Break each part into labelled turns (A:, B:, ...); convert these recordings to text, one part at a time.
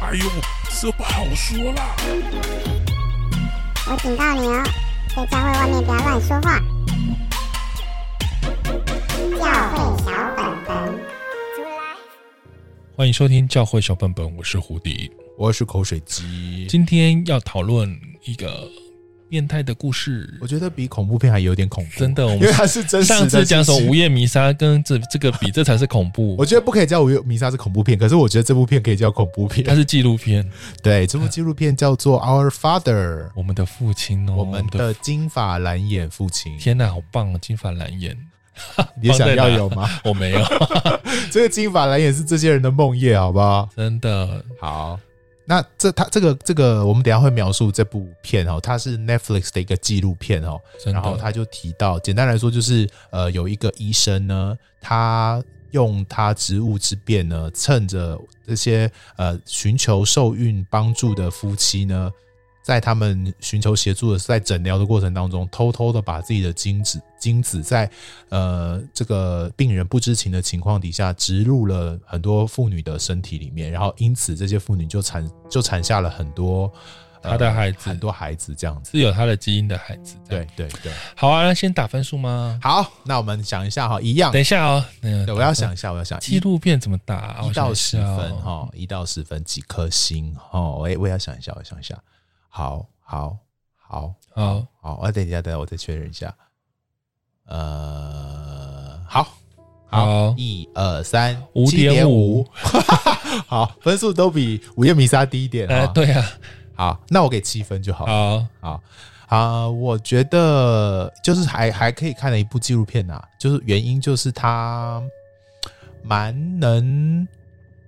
A: 哎呦，这不好说啦。
B: 我警告你哦，在教会外面不要乱说话。教会小本本，出来。
A: 欢迎收听教会小本本，我是胡迪。
C: 我是口水鸡。
A: 今天要讨论一个变态的故事
C: 我，觉得比恐怖片还有点恐怖，
A: 真的，我
C: 因为
A: 们
C: 它是真实的。
A: 上次讲什么
C: 是不
A: 午
C: 是
A: 夜弥撒，跟这这个比，这才是恐怖
C: 我，觉得不可以叫《午夜弥撒》是恐怖片，可是我觉得这部片可以叫恐怖
A: 它
C: 片。
A: 是纪录片，
C: 对，这部纪录片叫做《Our Father》，
A: 我们的父亲哦，
C: 我们的金发蓝眼父亲。
A: 天啊哪，好棒哦，金发蓝眼，
C: 你也想要有吗？
A: 我没有，
C: 这个金发蓝眼是这些人的梦魇，好 不好？
A: 真的，
C: 好，那这他这个这个，我们等一下会描述这部片哦，它是 Netflix 的一个纪录片哦。
A: 真
C: 然后
A: 的，
C: 他就提到，简单来说就是，呃，有一个医生呢，他用他职务之便呢，趁着这些呃寻求受孕帮助的夫妻呢，在他们寻求协助的在诊疗的过程当中，偷偷的把自己的精子精子在呃这个病人不知情的情况底下植入了很多妇女的身体里面，然后因此这些妇女就产就产下了很多。呃
A: 他的孩子
C: 很多孩子这样子，
A: 是有他的基因的孩子，这样
C: 对，对对。
A: 好啊，那先打分数吗？
C: 好，那我们想一下哈，一样
A: 等。一下哦，嗯
C: 对，我要想一下，我要想
A: 纪录片怎么打啊，
C: 一一
A: 我想
C: 到十
A: 下哦
C: 分哈，一到十分几颗星哈，我也我也要想一下，我想一下。好，好，好，
A: 好，
C: 好，我等一下，等一下，我再确认一下。呃，好，
A: 好
C: 一二三，
A: 5.5
C: 7.5好，分数都比午夜弥撒低一点
A: 哎，
C: 哈。
A: 对啊，
C: 好，那我给七分就好了。
A: 好，
C: 好啊、我觉得就是还还可以看的一部纪录片啊，就是原因就是它蛮能，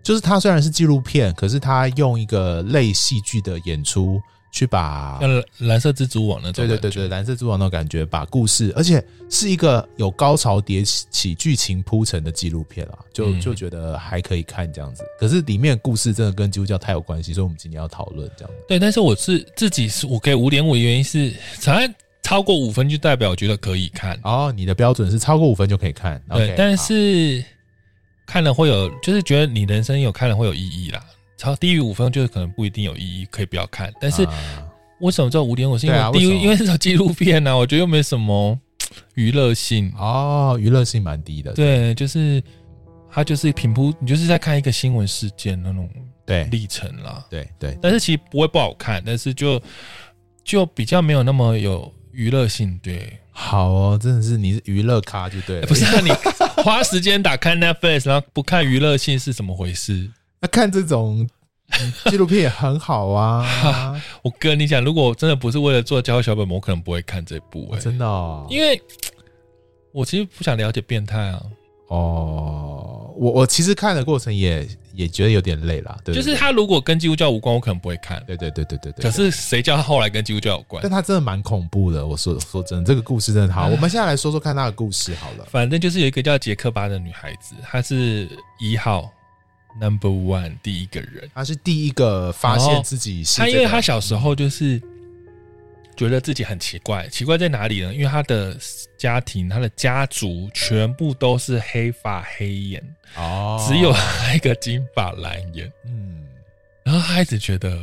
C: 就是它虽然是纪录片，可是它用一个类戏剧的演出去把
A: 像蓝色蜘蛛网那种，
C: 对对对对，，蓝色蛛网那种感觉，把故事，而且是一个有高潮迭起、剧情铺陈的纪录片啊，就
A: 嗯
C: 就觉得还可以看这样子。可是里面的故事真的跟基督教太有关系，所以我们今天要讨论这样子。
A: 对，但是我是自己是我给五点五的原因是，常常超过五分就代表我觉得可以看，
C: 哦，你的标准是超过五分就可以看，
A: 对
C: OK，，
A: 但
C: 好
A: 是看了会有，就是觉得你人生有看了会有意义啦。超低于五分就是可能不一定有意义，可以不要看。但是
C: 啊
A: 为什么叫五点五？是因为
C: 对啊
A: 低
C: 为
A: 于，
C: 什么
A: 因为这种纪录片啊呢、我觉得又没什么娱乐性。
C: 哦，娱乐性蛮低的，
A: 对，就是它就是平铺，你就是在看一个新闻事件那种
C: 对
A: 历程啦。
C: 对对
A: 但是其实不会不好看，但是就就比较没有那么有娱乐性。对，
C: 好哦，真的是你是娱乐咖就对了，
A: 不是、啊、你花时间打开 Netflix，然后不看娱乐性是怎么回事？
C: 那看这种嗯纪录片也很好啊，
A: 我跟你讲，如果我真的不是为了做教小本本，我可能不会看这部、欸。
C: 真的、哦，
A: 因为我其实不想了解变态啊，
C: 哦，我我其实看的过程也也觉得有点累啦，对，
A: 就是他如果跟基督教无关，我可能不会看。
C: 对对对对对对
A: 可
C: 对。
A: 是谁叫他后来跟基督教有关
C: 但？他真的蛮恐怖的，我说说真的，这个故事真的好。
A: 嗯
C: 我们现在来说说看他的故事好了。
A: 反正就是有一个叫杰克巴的女孩子，她是一号 number one 第一个人。
C: 他是第一个发
A: 然后
C: 现自己是、这
A: 她
C: 个，
A: 哦
C: 啊
A: 因为她小时候就是觉得自己很奇怪，奇怪在哪里呢？因为她的家庭、她的家族全部都是黑发黑眼，
C: 哦，
A: 只有她一个金发蓝眼。
C: 嗯，
A: 然后他一直觉得嘖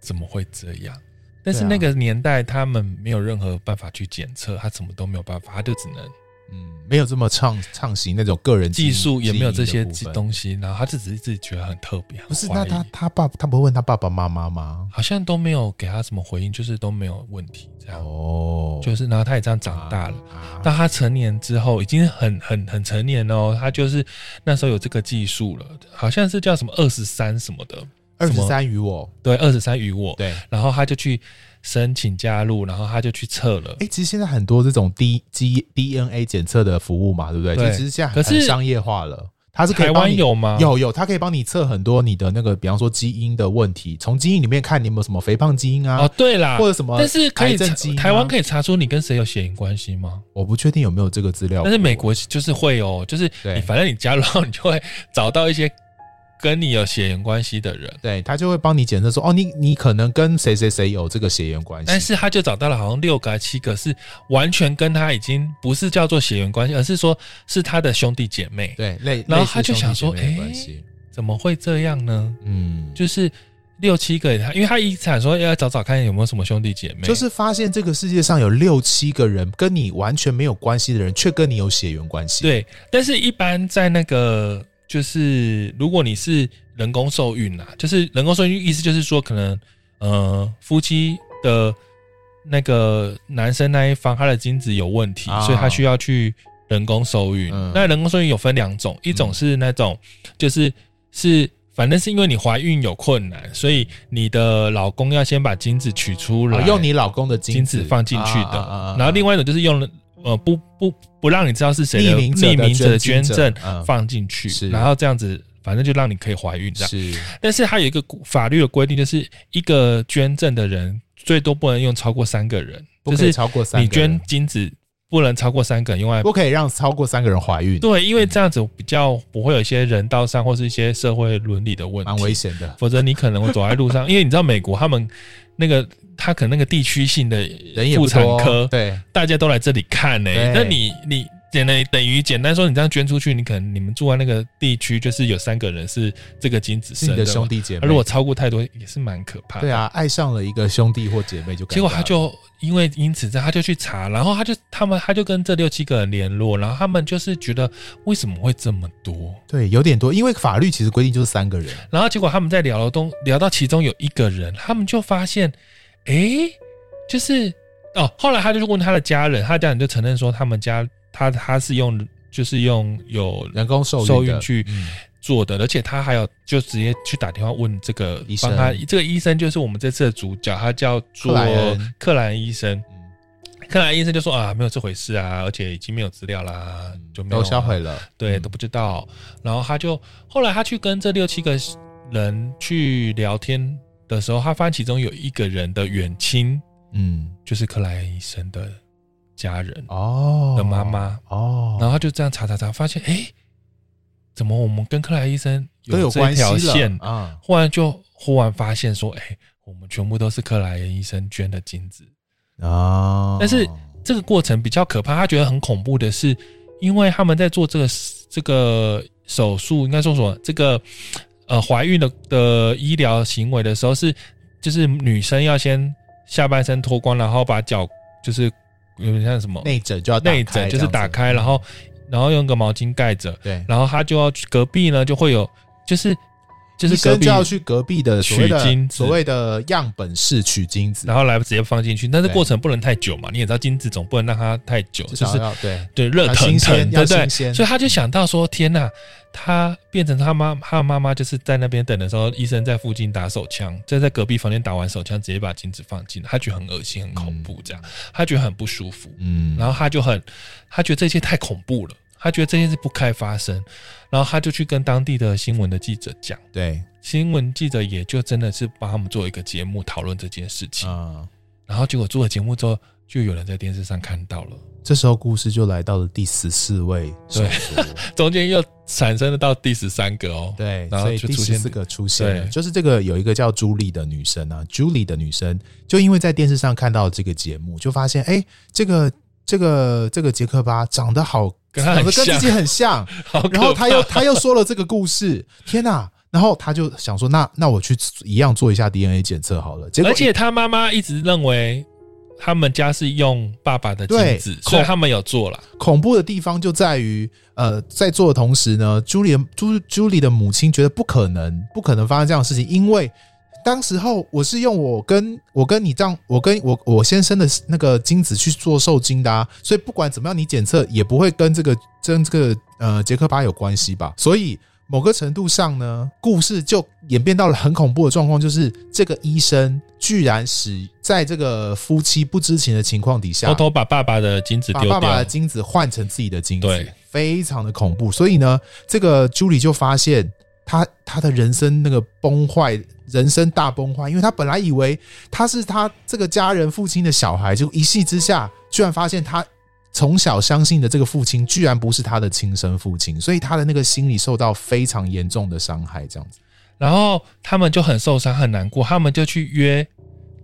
A: 怎么会这样？但是
C: 对啊
A: 那个年代，他们没有任何办法去检测，他什么都没有办法，他就只能
C: 嗯，没有这么畅畅行那种个人
A: 技术也没有这些
C: 技动。
A: 东西，然后他就只是自己觉得很特别，
C: 不是，
A: 很怀
C: 那
A: 疑
C: 他他爸他不会问他爸爸妈妈吗？
A: 好像都没有给他什么回应，就是都没有问题，这样
C: 哦，
A: 就是，然后他也这样长大了。
C: 啊
A: 到他成年之后，已经很很很成年了哦，他就是那时候有这个技术了，好像是叫什么二十三什么的，
C: 二
A: 什
C: 十
A: 么
C: 三与我，
A: 对，二十三与我，
C: 对，
A: 然后他就去申请加入，然后他就去测了。
C: 哎，其实现在很多这种 D G DNA 检测的服务嘛，对不对？
A: 对
C: 就其实现在
A: 可
C: 很
A: 是
C: 很商业化了，它是可以
A: 台
C: 帮
A: 湾
C: 你
A: 有吗？
C: 有有，它可以帮你测很多你的那个，比方说基因的问题，从基因里面看你有没有什么肥胖基因啊，
A: 哦，对啦，
C: 或者什么
A: 但是可以
C: 癌
A: 查
C: 症基因啊
A: 台湾可以查出你跟谁有血缘关系吗？
C: 我不确定有没有这个资料，
A: 但是美国就是会哦，就是你
C: 对
A: 反正你加入后，你就会找到一些跟你有血缘关系的人，
C: 对他就会帮你检测说，哦，你你可能跟谁谁谁有这个血缘关系，
A: 但是他就找到了好像六个还七个是完全跟他已经不是叫做血缘关系，而是说是他的兄弟姐妹。
C: 对类，
A: 然后
C: 类似
A: 他就
C: 兄弟
A: 想说
C: 姐妹的
A: 诶
C: 关系
A: 怎怎么会这样呢？
C: 嗯，
A: 就是六七个他，因为他一想说要找找看有没有什么兄弟姐妹，啊
C: 就是发现这个世界上有六七个人跟你完全没有关系的人，却跟你有血缘关系。，
A: 对。但是，一般在那个就是如果你是人工受孕啦，就是人工受孕意思就是说，可能呃夫妻的那个男生那一方他的精子有问题，
C: 啊
A: 所以他需要去人工受孕。
C: 嗯
A: 那人工受孕有分两种，一种是那种就是是。反正是因为你怀孕有困难，所以你的老公要先把精子取出来，
C: 啊、用你老公的
A: 精
C: 精
A: 子放进去
C: 啊
A: 的。然后另
C: 外
A: 外一种就是用了呃不不不让你知道是谁的
C: 匿名者的
A: 匿名者的捐
C: 捐
A: 赠
C: 赠嗯
A: 放进去，
C: 是
A: 然后这样子反正就让你可以怀孕这样。
C: 是
A: 但是它有一个古法律的规定，就是一个捐赠的人最多不能用超过三个人，
C: 不可
A: 就
C: 以
A: 是
C: 超过三
A: 你
C: 个人
A: 捐精子不能超过三个人用来。
C: 不可以让超过三个人怀孕，
A: 对，因为这样子比较不会有一些人道上或是一些社会伦理的问
C: 蛮
A: 题
C: 危，险的。
A: 否则你可能走在路上，因为你知道美国他们那个他可能那个地区性的
C: 人也
A: 妇
C: 不
A: 产
C: 多，
A: 科，
C: 对，
A: 大家都来这里看呢、
C: 对
A: 那你你简单等于简单说，你这样捐出去，你可能你们住在那个地区，就是有三个人是这个精子
C: 是
A: 生
C: 你的
A: 嘛
C: 兄弟姐
A: 啊
C: 妹。
A: 如果超过太多，也是蛮可怕的。
C: 对啊，爱上了一个兄弟或姐妹就尴尬了
A: 结果他就因为因此这样，他就去查，然后他就他们他就跟这六七个人联络，然后他们就是觉得为什么会这么多？
C: 对有点多，因为法律其实规定就是三个人，
A: 然后结果他们在聊东聊到其中有一个人，他们就发现，诶，就是哦，后来他就问他的家人，他的家人就承认说他们家他他是用就是用有
C: 人工受
A: 受
C: 孕
A: 孕
C: 的
A: 去
C: 嗯
A: 做的，而且他还有就直接去打电话问这个
C: 医生
A: 帮他这个医生就是我们这次的主角，他叫做
C: 克莱恩
A: 克莱恩医生。
C: 嗯
A: 克莱恩医生就说啊，没有这回事啊，而且已经没有资料啦，就没有
C: 嗯都
A: 啊
C: 销毁了，
A: 对，
C: 嗯
A: 都不知道。然后他就后来他去跟这六七个人去聊天的时候，他发现其中有一个人的远亲
C: 嗯，
A: 就是克莱恩医生的家人
C: 哦
A: 的妈妈，
C: 哦，
A: 然后他就这样查查查，发现哎，诶怎么我们跟克莱恩医生
C: 都有
A: 这
C: 关系
A: 条线
C: 了？啊，
A: 忽然就忽然发现说，哎，我们全部都是克莱恩医生捐的精子。
C: 哦，
A: 但是这个过程比较可怕，他觉得很恐怖的是，因为他们在做这个这个手术，应该说什么这个呃怀孕的的医疗行为的时候是，就是女生要先下半身脱光，然后把脚就是有点像什么
C: 内诊就要打开
A: 内诊，就是打
C: 这样
A: 开，
C: 子
A: 然后然后用个毛巾盖着，
C: 对，
A: 然后他就要去隔壁呢就会有就是就是
C: 医
A: 隔
C: 生
A: 壁
C: 就要去隔壁的所谓
A: 取精
C: 的
A: 子
C: 所谓的样本室取精子，
A: 然
C: 后
A: 后来直接放进去，但是
C: 对
A: 过程不能太久嘛，你也知道精子总不能让它太久，
C: 至
A: 就
C: 少
A: 是
C: 要对
A: 对热
C: 要
A: 腾
C: 新鲜
A: 腾，对
C: 要
A: 不对
C: 新？鲜
A: 所以他就想到说：天呐，他变成他妈他妈妈就是在那边等的时候，医生在附近打手枪，就在隔壁房间打完手枪，直接把精子放进来，他觉得很恶心、很恐怖，这样他觉得很不舒服，
C: 嗯，
A: 然后他就很他觉得这些太恐怖了，他觉得这件事不该发生，然后他就去跟当地的新闻的记者讲，
C: 对，
A: 新闻记者也就真的是帮他们做一个节目讨论这件事情。
C: 嗯，
A: 然后结果做了节目之后，就有人在电视上看到了，
C: 这时候故事就来到了第十四位手足，
A: 中间又产生了到第十三个哦，
C: 对，
A: 然后
C: 所以
A: 就
C: 第
A: 出
C: 十
A: 现
C: 四个出现了，
A: 对
C: 就是这个有一个叫朱莉的女生啊，朱莉的女生就因为在电视上看到这个节目，就发现哎，这个这个这个杰克巴长得好，
A: 跟他
C: 长
A: 很
C: 得跟自己很像，
A: 好可怕
C: 然后他又他又说了这个故事，天哪！然后他就想说，那那我去一样做一下 DNA 检测好了。结果
A: 而且他妈妈一直认为他们家是用爸爸的
C: 对
A: 精子，所以
C: 恐
A: 他们有做了，
C: 恐怖的地方就在于，呃，在做的同时呢，朱莉的朱朱莉的母亲觉得不可能，不可能发生这样的事情，因为当时候我是用我跟我跟你丈，我跟我我先生的那个精子去做受精的、啊，所以不管怎么样，你检测也不会跟这个跟这个呃杰克巴有关系吧，所以。某个程度上呢，故事就演变到了很恐怖的状况，就是这个医生居然使在这个夫妻不知情的情况底下，
A: 偷偷把爸爸的精子
C: 把
A: 丢
C: 爸爸
A: 掉
C: 的。精子换成自己的精
A: 对
C: 子，非常的恐怖。所以呢，这个朱莉就发现她她的人生那个崩坏，人生大崩坏，因为她本来以为她是她这个家人父亲的小孩，就一气之下，居然发现她从小相信的这个父亲，居然不是她的亲生父亲，所以她的那个心理受到非常严重的伤害，这样子。
A: 然后他们就很受伤，很难过，他们就去约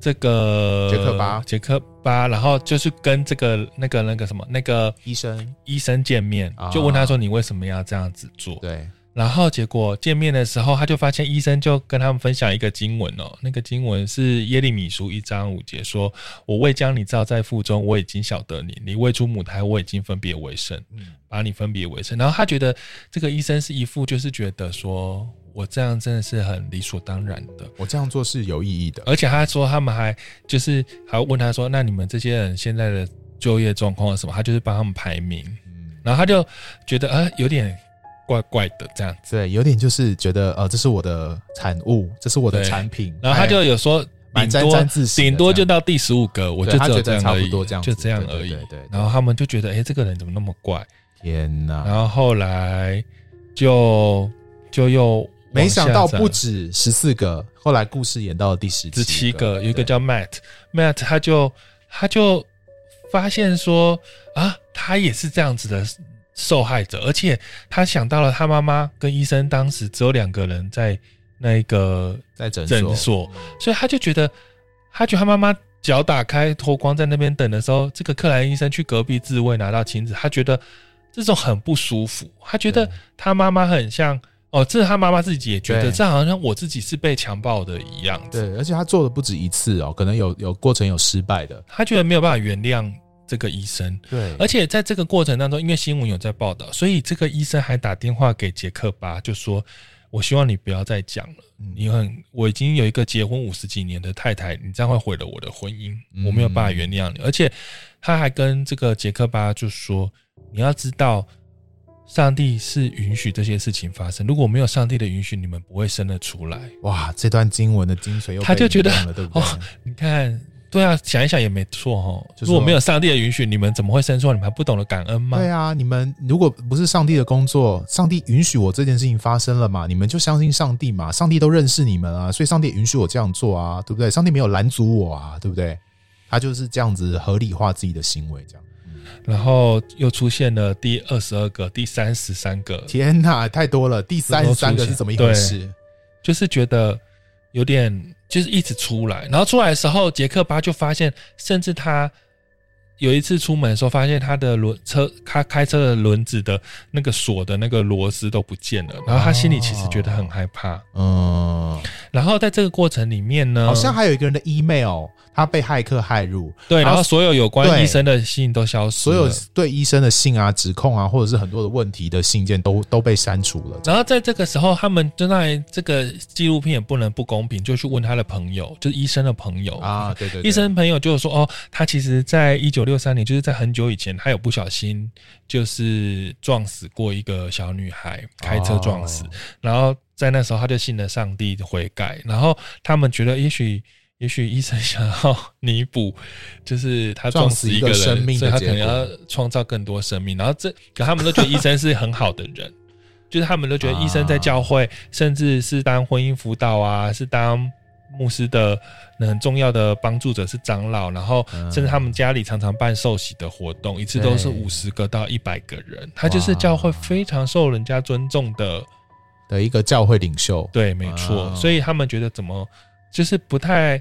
A: 这个
C: 杰克巴
A: 杰克巴，然后就是跟这个那个那个什么那个
C: 医生，
A: 医生见面
C: 啊，
A: 就问他说你为什么要这样子做？
C: 对，
A: 然后结果见面的时候，他就发现医生就跟他们分享一个经文哦，那个经文是耶利米书一章五节说：“我未将你造在腹中，我已经晓得你；你未出母胎，我已经分别为圣，
C: 嗯
A: 把你分别为圣。”然后他觉得这个医生是一副就是觉得说我这样真的是很理所当然的，
C: 我这样做是有意义的。
A: 而且他说他们还就是还问他说：“那你们这些人现在的就业状况是什么？”他就是帮他们排名，
C: 嗯，
A: 然后他就觉得啊有点怪怪的这样。
C: 对，有点就是觉得呃，这是我的产物，这是我的
A: 对
C: 产品，
A: 然后他
C: 哎
A: 就有说，
C: 蛮
A: 顶
C: 沾
A: 多
C: 沾自喜的
A: 顶多
C: 这
A: 就
C: 样
A: 到第十五个，我
C: 对
A: 就
C: 他
A: 只有
C: 觉得
A: 这样
C: 差
A: 而
C: 不
A: 已，
C: 多这样
A: 就
C: 子
A: 这样
C: 对对
A: 而已
C: 对对对。啊
A: 然后他们就觉得，哎，这个人怎么那么怪？
C: 天哪，
A: 然后后来就就又
C: 没想到不
A: 止
C: 止十四个，后来故事演到了第十
A: 十七
C: 个
A: 个，，有一个叫 Matt，Matt 他就他就发现说啊，他也是这样子的。受害者，而且他想到了他妈妈跟医生当时只有两个人在那个
C: 在诊
A: 诊所，所以他就觉得，他觉得他妈妈脚打开脱光在那边等的时候，这个克莱因医生去隔壁自慰拿到亲子，他觉得这种很不舒服，他觉得
C: 对
A: 他妈妈很像哦，这是他妈妈自己也觉得
C: 对
A: 这好像我自己是被强暴的一样子，
C: 对，而且他做的不止一次哦，可能有有过程有失败的，
A: 他觉得没有办法原谅这个医生。
C: 对
A: 而且在这个过程当中，因为新闻有在报道，所以这个医生还打电话给杰克巴，就说：“我希望你不要再讲了，
C: 嗯
A: 你很我已经有一个结婚五十几年的太太，你这样会毁了我的婚姻，
C: 嗯
A: 我没有办法原谅你。”而且他还跟这个杰克巴就说：“你要知道，上帝是允许这些事情发生，如果没有上帝的允许，你们不会生得出来。
C: 哇，这段经文的精髓又
A: 他就
C: 被
A: 觉得
C: 引用了，对不对？
A: 哦你看。”对啊，想一想也没错哦。
C: 就
A: 如果
C: 说
A: 没有上帝的允许，你们怎么会生出来？你们还不懂得感恩吗？
C: 对啊，你们如果不是上帝的工作，上帝允许我这件事情发生了嘛，你们就相信上帝嘛，上帝都认识你们啊，所以上帝允许我这样做啊，对不对？上帝没有拦阻我啊，对不对？他就是这样子合理化自己的行为，这样。
A: 然后又出现了第二十二个、第三十三个，
C: 天哪，太多了！第三十三个是怎么一回事？
A: 就是觉得有点就是一直出来，然后出来的时候，杰克巴就发现，甚至他有一次出门的时候，发现他的轮车他开车的轮子的那个锁的那个螺丝都不见了，然后他心里其实觉得很害怕。
C: 嗯，
A: 然后在这个过程里面呢，
C: 好像还有一个人的 email，他被骇客骇入，
A: 嗯对，然
C: 然
A: 后
C: 后
A: 所有有关
C: 对
A: 医生的信都消失
C: 所
A: 了，
C: 有对医生的信啊、指控啊，或者是很多的问题的信件都都被删除了。
A: 然后在这个时候，他们就在这个纪录片也不能不公平，就去问他的朋友，就是医生的朋友
C: 啊，。对对对，
A: 哦医生朋友就说：“哦，他其实，在一九六三年，就是在很久以前，他有不小心就是撞死过一个小女孩，开车撞死。
C: 哦
A: 然后在那时候，他就信了上帝悔改。然后他们觉得，也许，也许医生想要弥补，就是他撞死一个人，
C: 撞死一个生命
A: 所
C: 的
A: 以他可能
C: 结果
A: 要创造更多生命。然后这，可他们都觉得医生是很好的人，就是他们都觉得医生在教会，甚至是当婚姻辅导啊，是当牧师的很重要的帮助者，是长老，然后
C: 嗯
A: 甚至他们家里常常办寿喜的活动，一次都是
C: 对
A: 五十个到一百个人，他就是教会非常受人家尊重的，
C: 的一个教会领袖，
A: 对，没错，
C: 啊
A: 所以他们觉得怎么就是不太，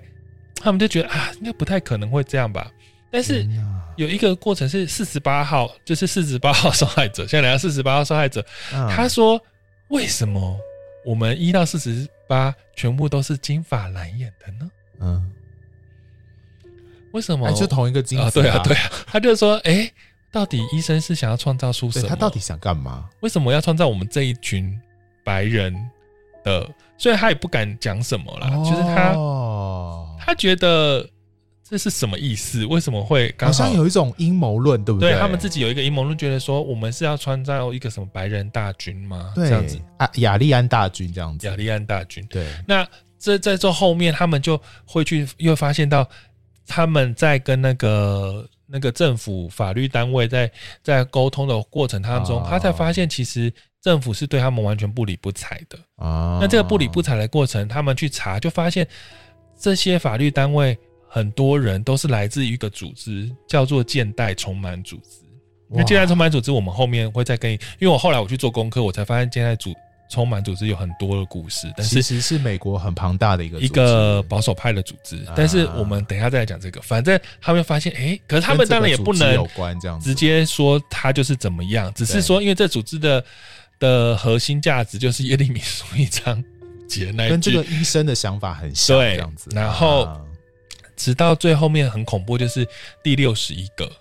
A: 他们就觉得啊，应该不太可能会这样吧，但是。
C: 天哪，
A: 有一个过程是四十八号，就是四十八号受害者，现在来到四十八号受害者，他
C: 他
A: 说：“为什么我们一到四十八全部都是金发蓝眼的呢？
C: 嗯，
A: 为什么？”
C: 哎，就同一个金
A: 啊，
C: 子
A: 对啊，对啊，他就说：“哎、到底医生是想要创造出什
C: 对，
A: 么？
C: 他到底想干嘛？
A: 为什么要创造我们这一群白人的？虽然他也不敢讲什么啦，就是他
C: 哦
A: 他觉得这是什么意思？为什么会刚
C: 好像有一种阴谋论，对不
A: 对
C: 对
A: 他们自己有一个阴谋论，觉得说我们是要创造一个什么白人大军吗？
C: 对
A: 这样子，
C: 啊，雅利安大军这样
A: 雅
C: 子，
A: 利安大军。
C: 对，
A: 那这在这后面，他们就会去又发现到他们在跟那个那个政府法律单位在在沟通的过程当中，
C: 哦
A: 他才发现其实政府是对他们完全不理不睬的。
C: 啊，
A: 那这个不理不睬的过程，他们去查就发现这些法律单位很多人都是来自于一个组织，叫做建代重满组织。因为
C: 哇
A: 建代充满组织，我们后面会再跟你，因为我后来我去做功课，我才发现建代组充满组织有很多的故事，但是
C: 其实是美国很庞大的一个
A: 一
C: 组织啊
A: 个保守派的组织，但是我们等一下再来讲这个。反正他们发现，诶，可是他们当然也不
C: 跟这个组织有
A: 能
C: 关这样子
A: 直接说他就是怎么样，只是说因为这组织的的核心价值就是耶利米书一章节那一句，
C: 跟这个医生的想法很像，
A: 对
C: 这样子。
A: 然后
C: 啊
A: 直到最后面很恐怖，就是第六十一个，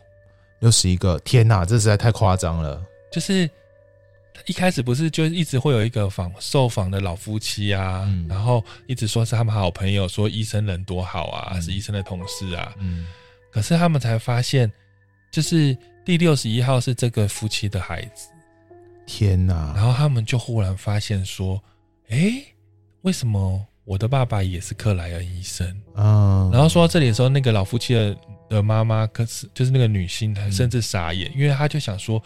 C: 又是一个，天哪，这实在太夸张了。
A: 就是一开始不是就一直会有一个访受访的老夫妻啊，
C: 嗯
A: 然后一直说是他们好朋友，说医生人多好啊，是医生的同事啊，
C: 嗯，
A: 可是他们才发现，就是第六十一号是这个夫妻的孩子，
C: 天
A: 然
C: 哪，
A: 后他们就忽然发现说，诶，为什么我的爸爸也是克莱恩医生？
C: 嗯，
A: 然后说到这里的时候，那个老夫妻的的妈妈，可是就是那个女性，她
C: 嗯
A: 甚至傻眼，因为她就想说，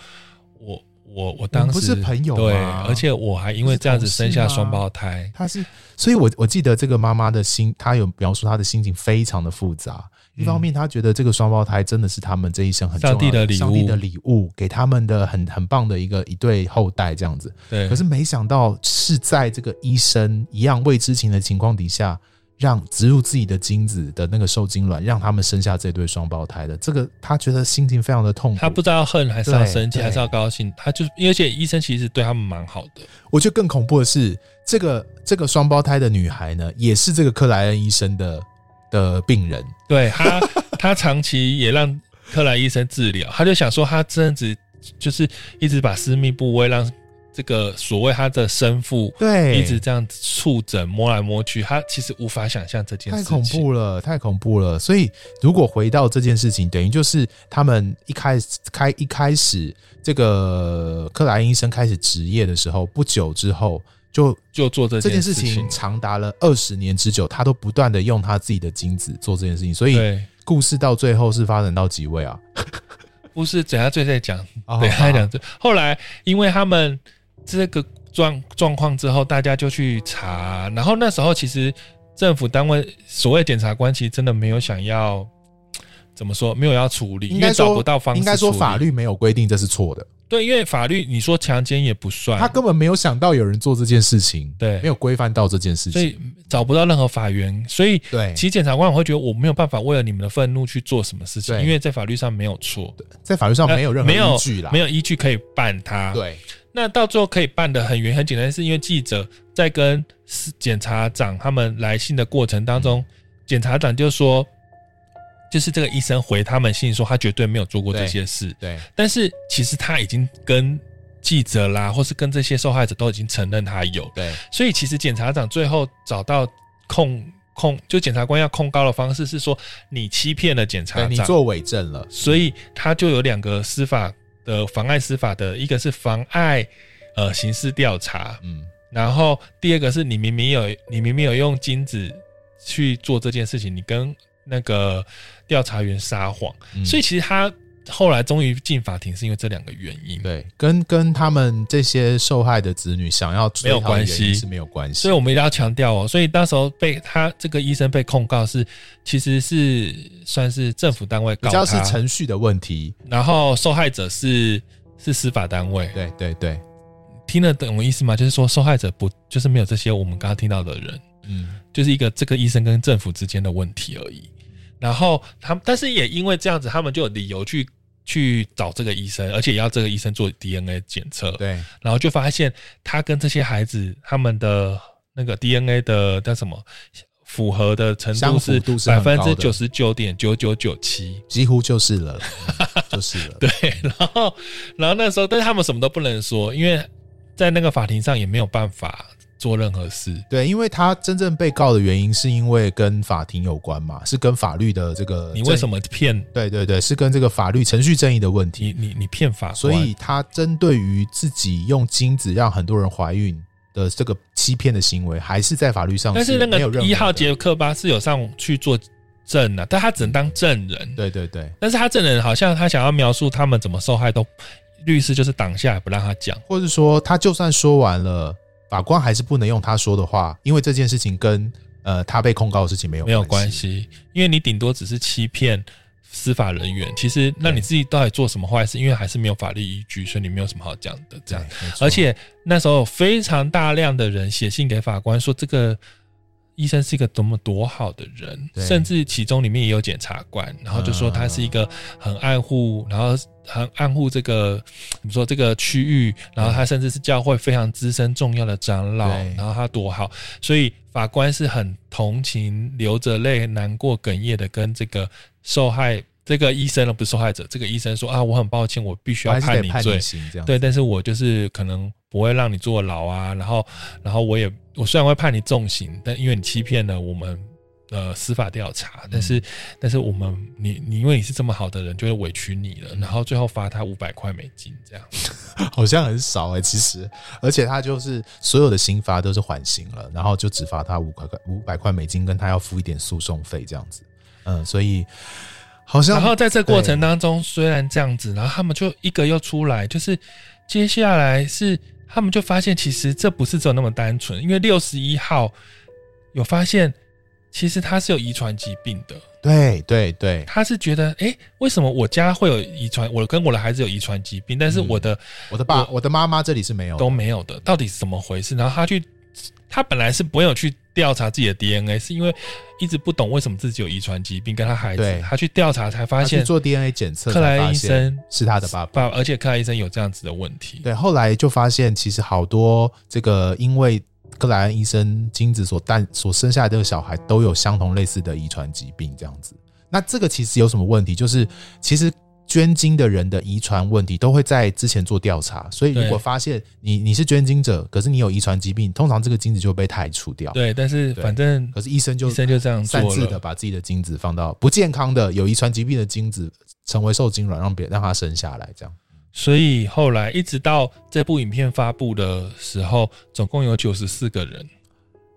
A: 我我我当时
C: 不是朋友吗啊
A: 对，而且我还因为这样子生下双胞胎，
C: 他是，所以我我记得这个妈妈的心，她有描述她的心情非常的复杂。一方面，她觉得这个双胞胎真的是他们这一生很重
A: 嗯
C: 要
A: 上帝的礼物
C: 上帝的礼物，给他们的很很棒的一个一对后代这样子。
A: 对，
C: 可是没想到是在这个医生一样未知情的情况底下，让植入自己的精子的那个受精卵，让他们生下这对双胞胎的。这个她觉得心情非常的痛苦。
A: 她不知道要恨还是要生气
C: 对对
A: 还是要高兴，她就是而且医生其实对他们蛮好的，
C: 我觉得更恐怖的是，这个这个双胞胎的女孩呢，也是这个克莱恩医生的的病人。
A: 对她她长期也让克莱医生治疗，她就想说她这样子就是一直把私密部位让这个所谓她的生父
C: 对，
A: 一直这样触诊摸来摸去，他其实无法想象这件
C: 太
A: 事情。
C: 恐怖了，太恐怖了。所以，如果回到这件事情，等于就是他们一开始开一开始，这个克莱恩医生开始执业的时候，不久之后就。
A: 就做这
C: 这件
A: 件
C: 事情
A: 情。
C: 长达了二十年之久，他都不断的用他自己的精子做这件事情，所以
A: 对，
C: 故事到最后是发展到几 位啊？
A: 不是等下最在讲，
C: 哦
A: 等下讲这。 后来因为他们这个状状况之后，大家就去查，然后那时候其实政府单位所谓检察官其实真的没有想要。怎么说？没有要处理，
C: 应
A: 因
C: 该
A: 为
C: 说
A: 找不到方式。
C: 应该说法律没有规定这是错的，
A: 对，因为法律你说强奸也不算，
C: 他根本没有想到有人做这件事情，
A: 对
C: 没有规范到这件事
A: 所
C: 情，
A: 以找不到任何法源，所以
C: 对
A: 其实检察官我会觉得我没有办法为了你们的愤怒去做什么事情，
C: 对
A: 因为在法律上没有错，
C: 在法律上没有任
A: 呃
C: 何
A: 没有
C: 依据啦，
A: 没有依据可以办他。，
C: 对，
A: 那到最后可以办的很圆很简单，是因为记者在跟司检察长他们来信的过程当
C: 嗯
A: 中，检察长就说，就是这个医生回他们信说他绝对没有做过这
C: 对
A: 些事，
C: 对，
A: 但是其实他已经跟记者啦，或是跟这些受害者都已经承认他有，
C: 对，
A: 所以其实检察长最后找到控控，就检察官要控告的方式是说你欺骗了检察
C: 对你
A: 长，
C: 做伪证了，
A: 所以他就有两个司法的妨碍司法的，一个是妨碍呃刑事调查，
C: 嗯，
A: 然后第二个是你明明有你明明有用金子去做这件事情，你跟那个调查员撒谎，
C: 嗯
A: 所以其实他后来终于进法庭是因为这两个原因。
C: 对，跟跟他们这些受害的子女想要追
A: 没有
C: 讨的
A: 关
C: 原
A: 系
C: 因是没有关系
A: 所以，我们一定要强调哦。所以那时候被他这个医生被控告是，其实是算是政府单位
C: 比
A: 告
C: 较是
A: 他，
C: 程序的问题，
A: 然后受害者是是司法单位。
C: 对对对，
A: 听得懂我意思吗？就是说受害者不就是没有这些我们刚刚听到的人，
C: 嗯，
A: 就是一个这个医生跟政府之间的问题而已。然后他们，但是也因为这样子，他们就有理由去去找这个医生，而且也要这个医生做 DNA 检测。
C: 对，
A: 然后就发现他跟这些孩子他们的那个 DNA 的叫什么符合的程度
C: 相符
A: 是
C: 度是
A: 百
C: 很
A: 分
C: 高
A: 之
C: 的
A: 九十九点九九九七。
C: 几乎就是了， 嗯就是了，
A: 对， 然后然后那时候，但是他们什么都不能说，因为在那个法庭上也没有办法做任何事。
C: 对，因为他真正被告的原因是因为跟法庭有关嘛，是跟法律呃的这个
A: 你为
C: 么？
A: 什么骗
C: 对对对，是跟这个法律程序正义的问题。
A: 你你你骗法官？
C: 所以他针对于自己用精子让很多人怀孕的这个欺骗的行为，还是在法律上
A: 但是那
C: 没有任
A: 个
C: 何
A: 一号
C: 的
A: 杰克巴是有上去做证啊，但他只能当证人。
C: 对对对，
A: 但是他证人好像他想要描述他们怎么受害都，律师就是挡下来不让他讲。
C: 或是说他就算说完了，法官还是不能用他说的话，因为这件事情跟呃他被控告的事情没有
A: 没有关
C: 系。
A: 系，因为你顶多只是欺骗司法人员。其实，那你自己到底做什么坏事？因为还是没有法律依据，所以你没有什么好讲的。这样，
C: 对没错
A: 而且那时候有非常大量的人写信给法官说，这个医生是一个多么多好的人，
C: 对
A: 甚至其中里面也有检察官，然后就说他是一个很爱护，然后很爱护这个怎么说这个区域，然后他甚至是教会非常资深重要的长老
C: 对，
A: 然后他多好，所以法官是很同情，流着泪、难过、哽咽的跟这个受害这个医生呢，不是受害者，这个医生说啊，我很抱歉，我必须
C: 我
A: 要
C: 还是
A: 判
C: 得
A: 你
C: 判
A: 罪
C: 你，刑这样。
A: 对，但是我就是可能不会让你坐牢啊，然后，然后我也我虽然会判你重刑，但因为你欺骗了我们呃司法调查，但是、但是我们你你因为你是这么好的人，就会委屈你了，然后最后罚他五百块美金这样。
C: 好像很少哎、其实，而且他就是所有的刑罚都是缓刑了，然后就只罚他五块块五百块美金，跟他要付一点诉讼费这样子。嗯，所以好像
A: 然后在这过程当中，虽然这样子，然后他们就一个又出来，就是接下来是他们就发现，其实这不是只有那么单纯，因为六十一号有发现，其实他是有遗传疾病的。
C: 对对对，
A: 他是觉得，诶，为什么我家会有遗传？我跟我的孩子有遗传疾病，但
C: 嗯
A: 是我的
C: 我的爸我的妈妈这里是没有的
A: 都没有的，到底是怎么回事？然后他去，他本来是没有去调查自己的 DNA，是因为一直不懂为什么自己有遗传疾病，跟他孩
C: 对
A: 子，他去调查才发
C: 他去
A: 现
C: 做 DNA 检测，
A: 克莱医生
C: 是他的爸爸。
A: 爸，而且克莱医生有这样子的问题。
C: 对，后来就发现其实好多这个因为克莱恩医生精子所诞所生下来的小孩都有相同类似的遗传疾病这样子。那这个其实有什么问题？就是其实捐精的人的遗传问题都会在之前做调查，所以如
A: 对
C: 果发现你你是捐精者，可是你有遗传疾病，通常这个精子就会被排除掉。
A: 对，但是
C: 对
A: 反正
C: 可是医生就
A: 医生就这样
C: 擅
A: 做
C: 自的
A: 了。
C: 把自己的精子放到不健康的、有遗传疾病的精子成为受精卵，让别让它生下来这样。
A: 所以后来一直到这部影片发布的时候，总共有九十四个人，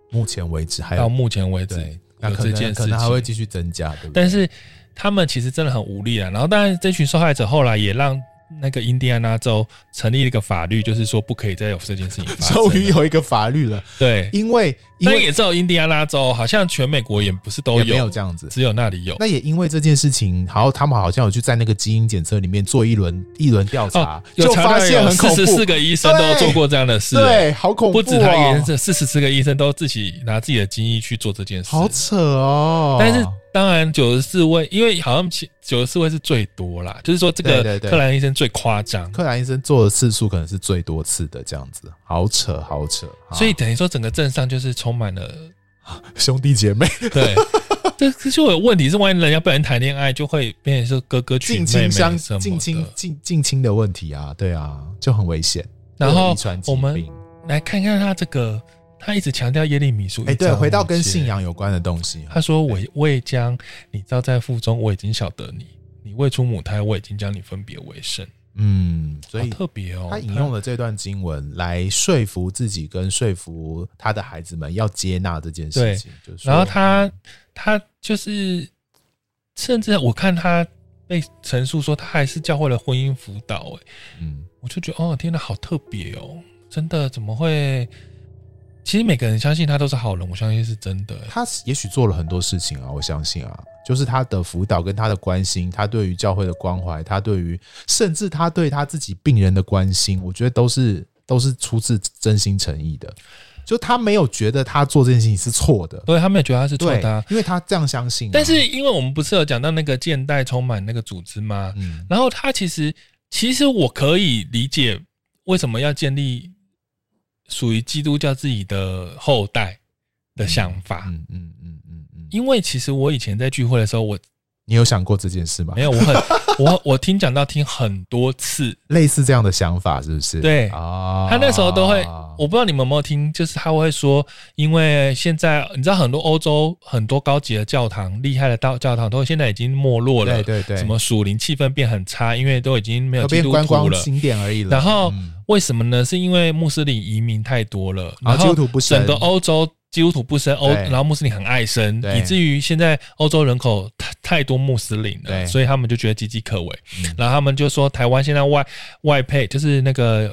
C: 目前为止还有
A: 到目前为止
C: 哎对，那
A: 有
C: 可
A: 这件
C: 能
A: 事
C: 可能还
A: 情
C: 会继续增加，对不对？
A: 但是他们其实真的很无力啊。然后，当然，这群受害者后来也让那个印第安纳州成立了一个法律，就是说不可以再有这件事情发生了。
C: 终于有一个法律了，
A: 对，
C: 因为因
A: 但
C: 为
A: 也只有印第安纳州，好像全美国也不是都
C: 也
A: 有，
C: 没有这样子。
A: 只有那里有。
C: 那也因为这件事情，然后他们好像有去在那个基因检测里面做一轮一轮调查
A: 哦，，有
C: 就
A: 查
C: 发
A: 到
C: 现
A: 有
C: 很恐
A: 四十四
C: 怖，
A: 个医生都做过这样的事，欸
C: 对，好恐怖、
A: 不
C: 哦，
A: 止他也是四十四个医生都自己拿自己的精液去做这件事，
C: 好扯哦。
A: 但是当然九十四位，因为好像九十四位是最多啦，就是说这
C: 对对
A: 个
C: 对
A: 克兰医生最夸张，
C: 柯南医生做的次数可能是最多次的，这样子，好扯，好扯。啊
A: 所以等于说整个镇上就是充满了
C: 兄弟 姐妹
A: 对。这这就有问题，是万一人家不然谈恋爱，就会变成是哥哥娶妹
C: 近
A: 妹
C: 亲相
A: 什么
C: 近亲
A: 的。
C: 近近亲的问题啊，对啊，就很危险。
A: 然
C: 会有
A: 后
C: 遗传疾
A: 我们
C: 病
A: 来看看他这个，他一直强调耶利米书。
C: 哎、对，回到跟信，仰有关的东西，
A: 他说：“我未将你造在腹中，我已经晓得你；你未出母胎，我已经将你分别为圣。”
C: 嗯，所
A: 好
C: 以
A: 特别哦，
C: 他引用了这段经文来说服自己，跟说服他的孩子们要接纳这件事情。就是说
A: 然后他他就是，甚至我看他被陈述说，他还是教会了婚姻辅导、欸，
C: 嗯，
A: 我就觉得哦，天哪，好特别哦，真的怎么会？其实每个人相信他都是好人，我相信是真的、欸
C: 他也许做了很多事情啊，我相信啊，就是他的辅导跟他的关心，他对于教会的关怀，他对于甚至他对他自己病人的关心，我觉得都是都是出自真心诚意的。就他没有觉得他做这件事情是错的，
A: 对他们也觉得他是错
C: 对
A: 的啊、，
C: 因为他这样相信啊、
A: 但是因为我们不是有讲到那个建代充满那个组织吗？
C: 嗯，
A: 然后他其实，其实我可以理解为什么要建立属于基督教自己的后代的想法，
C: 嗯嗯嗯嗯嗯嗯，
A: 因为其实我以前在聚会的时候，我
C: 你有想过这件事吗？
A: 没有，我很 我我听讲到听很多次，
C: 类似这样的想法，是不是？
A: 对
C: 啊，
A: 他那时候都会，我不知道你们有没有听，就是他会说，因为现在你知道很多欧洲很多高级的教堂，厉害的道教堂都现在已经没落了，
C: 对对对
A: 什么属灵气氛变很差，因为都已经没有
C: 那
A: 基
C: 边
A: 督
C: 观
A: 徒
C: 光
A: 了。
C: 景点而已了。
A: 然后
C: 嗯
A: 为什么呢？是因为穆斯林移民太多了，
C: 然后
A: 然
C: 啊基督
A: 后
C: 徒不生
A: 整个欧洲基督徒不生，欧
C: 对
A: 然后穆斯林很爱生，
C: 对
A: 以至于现在欧洲人口太太多穆斯林
C: 对
A: 了，所以他们就觉得岌岌可危
C: 嗯。
A: 然后他们就说，台湾现在外外配就是那个。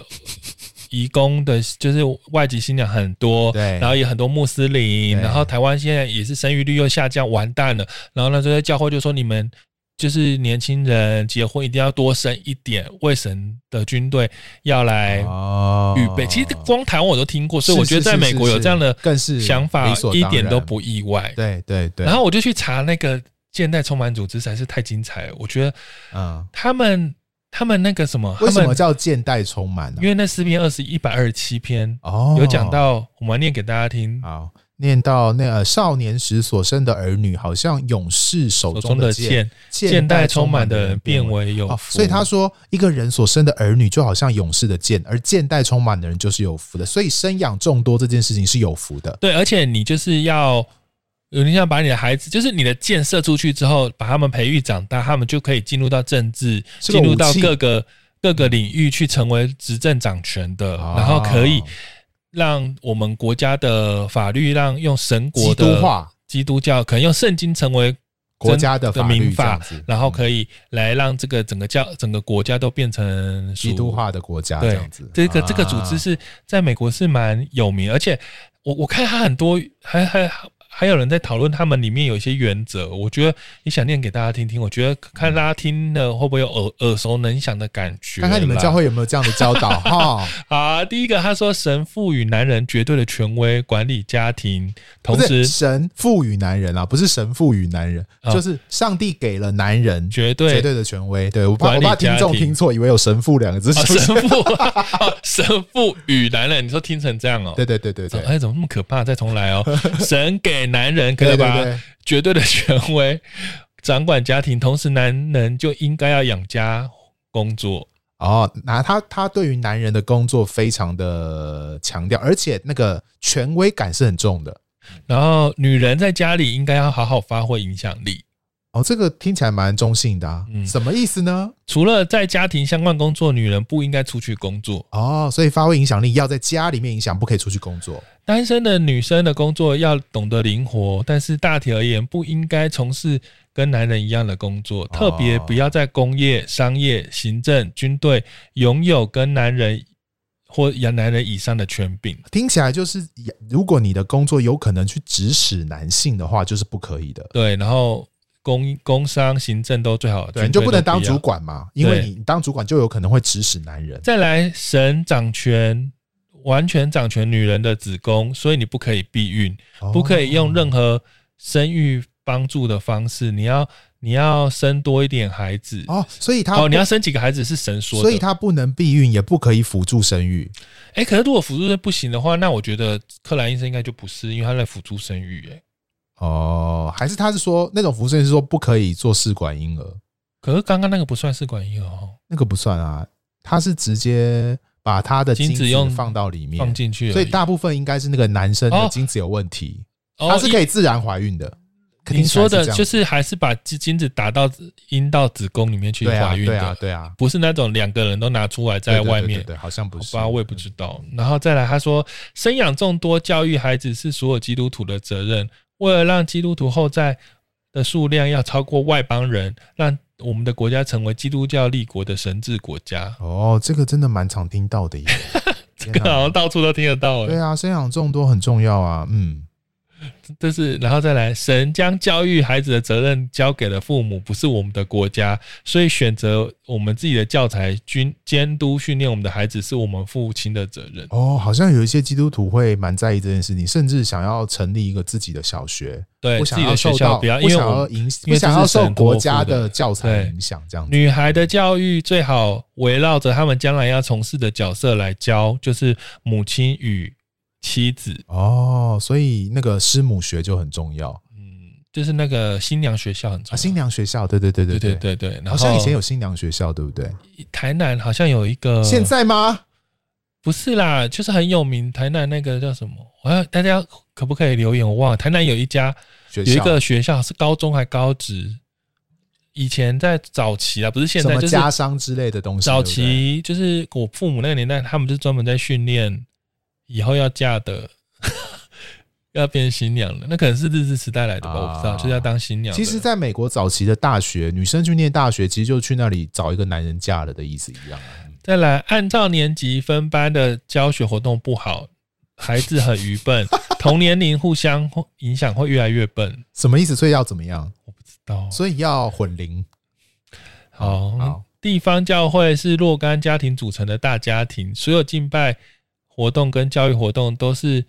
A: 移工的，就是外籍新娘很多，
C: 对
A: 然后也很多穆斯林，
C: 对
A: 然后台湾现在也是生育率又下降，完蛋了。然后呢，这些教会就说你们就是年轻人结婚一定要多生一点，卫神的军队要来
C: 哦
A: 哎预备。其实光台湾我都听过，所以我
C: 是
A: 觉得
C: 是
A: 在
C: 是
A: 美
C: 是
A: 国有
C: 是
A: 这样的
C: 更是
A: 想
C: 理
A: 法
C: 所
A: 一
C: 当
A: 点都
C: 然
A: 不意外。
C: 对对对。
A: 然后我就去查那个现代充满组织实在是太精彩了，我觉得
C: 嗯，
A: 他们他们那个什么，
C: 为
A: 他
C: 什么
A: 们
C: 叫剑带充满呢、
A: 因为那四篇二十一百二十七篇
C: 哦，
A: 有讲到，我们念给大家听。
C: 好，念到那呃少年时所生的儿女，好像勇士手
A: 手
C: 中
A: 中
C: 的
A: 的
C: 剑，
A: 剑，现代充满的人变为有
C: 哦，
A: 福
C: 所以他说，一个人所生的儿女就好像勇士的剑，而剑带充满的人就是有福的。所以生养众多这件事情是有福的。
A: 对，而且你就是要有点像把你的孩子，就是你的箭射出去之后，把他们培育长大，他们就可以进入到政治，
C: 是个
A: 进入到
C: 武器
A: 各个各个领域去成为执政掌权的，
C: 哦
A: 然后可以让我们国家的法律让用神国
C: 基督
A: 的
C: 化
A: 基督教，可能用圣经成为
C: 国
A: 真
C: 家的
A: 的
C: 法律
A: 民
C: 这样
A: 法
C: 子，嗯
A: 然后可以来让这个整个教整个国家都变成
C: 基
A: 属
C: 督化的国家这
A: 对
C: 样子，，
A: 这个这个组织
C: 啊
A: 是在美国是蛮有名，而且我我看他很多，还还还有人在讨论他们里面有一些原则，我觉得也想念给大家听听，我觉得看大家听了会不会有耳耳熟能详的感觉啦。
C: 看看你们教会有没有这样的教 导哈。
A: 啊，第一个他说神赋予男人绝对的权威，管理家庭，同
C: 不
A: 时
C: 是神赋予男人啊，不是神赋予男人，
A: 哦
C: 就是上帝给了男人
A: 绝对
C: 绝对的权威。对我怕
A: 管
C: 我
A: 理
C: 怕听众
A: 家庭
C: 听错，以为有神父两个字，
A: 啊
C: 是不
A: 神
C: 是？
A: 父、 啊神父与男人，你说听成这样哦、
C: 对对对对对，
A: 哎，怎么那么可怕？再重来哦！ 神给男人可以
C: 对对
A: 把
C: 对
A: 绝对的权威掌管家庭，同时男人就应该要养家工作。
C: 哦，那他他对于男人的工作非常的强调，而且那个权威感是很重的。
A: 然后女人在家里应该要好好发挥影响力。
C: 哦，这个听起来蛮中性的啊，
A: 嗯
C: 什么意思呢？
A: 除了在家庭相关工作，女人不应该出去工作。
C: 哦，所以发挥影响力要在家里面影响，不可以出去工作。
A: 单身的女生的工作要懂得灵活，但是大体而言不应该从事跟男人一样的工
C: 哦
A: 作，特别不要在工业、商业、行政、军队拥有跟男人或男人以上的权柄。
C: 听起来就是，如果你的工作有可能去指使男性的话，就是不可以的。
A: 对，然后工工商、行政都最好，
C: 对，你
A: 军
C: 就
A: 队
C: 不
A: 都
C: 能当
A: 要
C: 主。管嘛，因为
A: 对
C: 你你当主管就有可能会指使男人。
A: 再来，神掌权，完全掌权女人的子宫，所以你不可以避孕，
C: 哦
A: 不可以用任何生育帮助的方式。你要你要生多一点孩子
C: 哦，所以他
A: 哦，
C: 不
A: 你要生几个孩子是神说的。
C: 所以他不能避孕，也不可以辅助生育。
A: 哎、可是如果辅助生不行的话，那我觉得克兰医生应该就不是，因为他在辅助生育、哎，
C: 哦，还是他是说那种服务生是说不可以做试管婴儿，
A: 可是刚刚那个不算试管婴儿哦，
C: 那个不算啊，他是直接把他的
A: 精
C: 精
A: 子用
C: 放到里面
A: 放，进去而已。
C: 所以大部分应该是那个男生的
A: 哦
C: 精子有问题，
A: 哦
C: 他是可以自然怀孕的。
A: 你说的
C: 肯定
A: 就是是还是把精精子打到阴道子宫里面去
C: 这样
A: 怀孕
C: 对
A: 的，
C: 啊，对啊，对啊，
A: 不是那种两个人都拿出来在
C: 对对
A: 外
C: 对
A: 面
C: 对。对好像不
A: 好
C: 是，嗯
A: 吧，我也不知道。然后再来，他说生养众多、教育孩子是所有基督徒的责任。为了让基督徒后代的数量要超过外邦人，让我们的国家成为基督教立国的神治国 家，
C: 哦，这个真的蛮常听到 的耶。这
A: 这个好像到处都听得到、欸。
C: 啊对啊，生养众多很重要啊。嗯，
A: 这是，然后再来，神将教育孩子的责任交给了父母，不是我们的国家，所以选择我们自己的教材，军监督训练我们的孩子，是我们父亲的责任。
C: 哦，好像有一些基督徒会蛮在意这件事情，甚至想要成立一个自己的小学，
A: 对
C: 不
A: 自
C: 哦想
A: 己
C: 要
A: 的学
C: 受
A: 校
C: 到，
A: 不要，因
C: 不
A: 为
C: 想
A: 我
C: 要
A: 们
C: 影，
A: 因
C: 不
A: 为这
C: 想
A: 是
C: 要受
A: 神托
C: 国
A: 付
C: 家
A: 的
C: 的教材
A: 对
C: 影响，这样子。
A: 女孩的教育最好围绕着他们将来要从事的角色来教，就是母亲与妻子。
C: 哦，所以那个师母学就很重要
A: 嗯，就是那个新娘学校很重要。
C: 啊，新娘学校，对对对
A: 对
C: 对
A: 对对对，然后呃
C: 好像以前有新娘学校，对不对？
A: 台南好像有一个，
C: 现在吗？
A: 不是啦，就是很有名，台南那个叫什么？我要大家可不可以留言？我忘了。台南有一家
C: 学
A: 有
C: 校
A: 一个学校是高中还高职，以前在早期啊，不是现
C: 什
A: 在，
C: 么
A: 就是
C: 家商之类的东西，
A: 早
C: 对不对
A: 期，就是我父母那个年代，他们就专门在训练以后要嫁的， 要变新娘的。那可能是日治时代来的吧，
C: 啊
A: 我不知道，就是要当新娘的。
C: 其实，在美国早期的大学，女生去念大学，其实就去那里找一个男人嫁了的意思一样啊。
A: 再来，按照年级分班的教学活动不好，孩子很愚笨，同年龄互相影响会越来越笨。
C: 什么意思？所以要怎么样？
A: 哦我不知道，
C: 所以要混龄
A: 好，
C: 好
A: 地方教会是若干家庭组成的大家庭，所有敬拜活动跟教育活动都是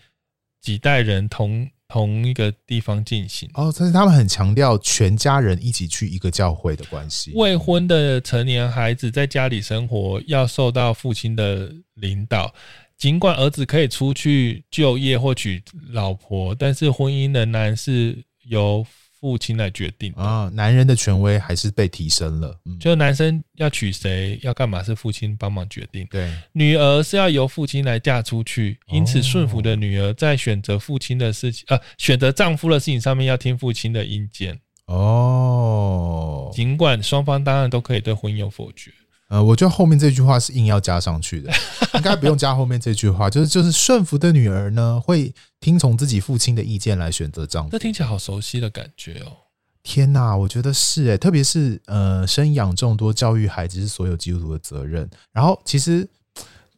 A: 几代人同同一个地方进行。
C: 哦，但是他们很强调全家人一起去一个教会的关系。
A: 未婚的成年孩子在家里生活要受到父亲的领导，尽管儿子可以出去就业或娶老婆，但是婚姻仍然是由父亲来决定的。
C: 啊，男人的权威还是被提升了。嗯，
A: 就男生要娶谁、要干嘛，是父亲帮忙决定。
C: 对，
A: 女儿是要由父亲来嫁出去，
C: 哦
A: 因此顺服的女儿在选择父亲的事情，呃，选择丈夫的事情上面要听父亲的意见。
C: 哦，
A: 尽管双方当然都可以对婚姻有否决，
C: 呃，我觉得后面这句话是硬要加上 去的，应该不用加后面这句话，就是就是顺服的女儿呢，会听从自己父亲的意见来选择丈
A: 这
C: 夫。
A: 听起来好熟悉的感觉哦。
C: 天哪，我觉得是诶、特别是呃，生养众多，教育孩子是所有基督徒的责任。然后其实。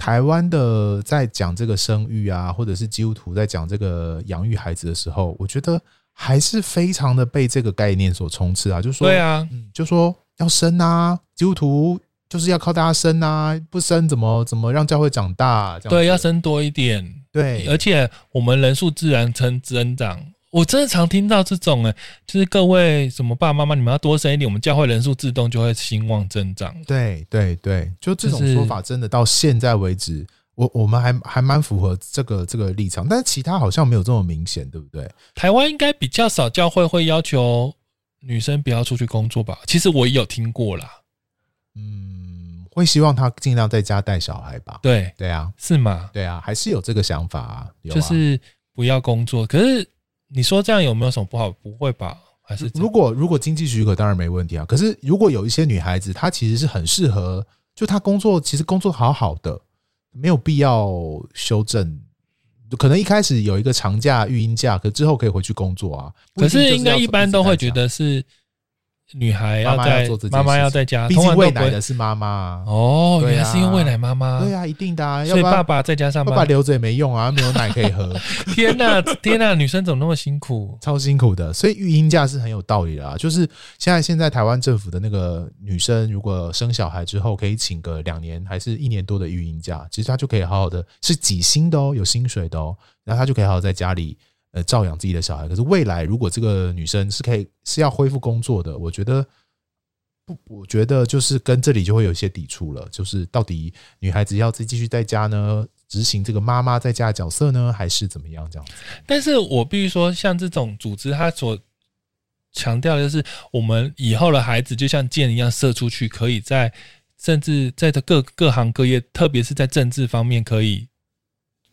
C: 台湾的在讲这个生育啊，或者是基督徒在讲这个养育孩子的时候，我觉得还是非常的被这个概念所充斥啊，就是说，
A: 对啊，
C: 嗯，就说要生啊，基督徒就是要靠大家生啊，不生怎么怎么让教会长大？这样子
A: 对，要生多一点，
C: 对
A: 而且我们人数自然成增长。我真的常听到这种哎、就是各位什么爸爸妈妈，你们要多生一点，我们教会人数自动就会兴旺增长。
C: 对对对，就这种
A: 就是
C: 说法，真的到现在为止，我我们还还蛮符合这个这个立场，但是其他好像没有这么明显，对不对？
A: 台湾应该比较少教会会要求女生不要出去工作吧？其实我也有听过啦，
C: 嗯，会希望他尽量在家带小孩吧？
A: 对，
C: 对啊，
A: 是吗？
C: 对啊，还是有这个想法啊，有啊
A: 就是不要工作。可是你说这样有没有什么不好？不会吧？还是
C: 如果如果经济许可，当然没问题啊。可是如果有一些女孩子，她其实是很适合，就她工作其实工作好好的，没有必要修正。可能一开始有一个长假、育婴假，可之后可以回去工作啊。不
A: 可
C: 一定就是
A: 应该
C: 要
A: 一般都会觉得是女孩要
C: 妈妈要
A: 在
C: 做这件
A: 妈妈
C: 事
A: 要
C: 情
A: 在家，
C: 毕
A: 通
C: 竟
A: 常
C: 喂
A: 都不
C: 奶的
A: 会。
C: 是妈妈，
A: 哦，
C: 对啊
A: 原来是因为喂奶妈妈。
C: 对啊，一定的啊，要
A: 所以
C: 不然
A: 爸爸在家上
C: 爸爸
A: 班。
C: 留着也没用啊，没有奶可 以喝，
A: 天哪，天哪，女生怎么那么辛苦？
C: 超辛苦的。所以育婴假是很有道理的啊。就是现在现在台湾政府的那个女生，如果生小孩之后可以请个两年还是一年多的育婴假，其实她就可以好好的，是几薪的哦，有薪水的哦，然后她就可以好好在家里呃照养自己的小孩。可是未来如果这个女生是可以是要恢复工作的，我觉得。不，我觉得就是跟这里就会有一些抵触了，就是到底女孩子要自己继续在家呢，执行这个妈妈在家的角色呢，还是怎么样这样子？
A: 但是我必须说，像这种组织，它所强调的就是，我们以后的孩子就像箭一样射出去，可以在甚至在这各各行各业，特别是在政治方面，可以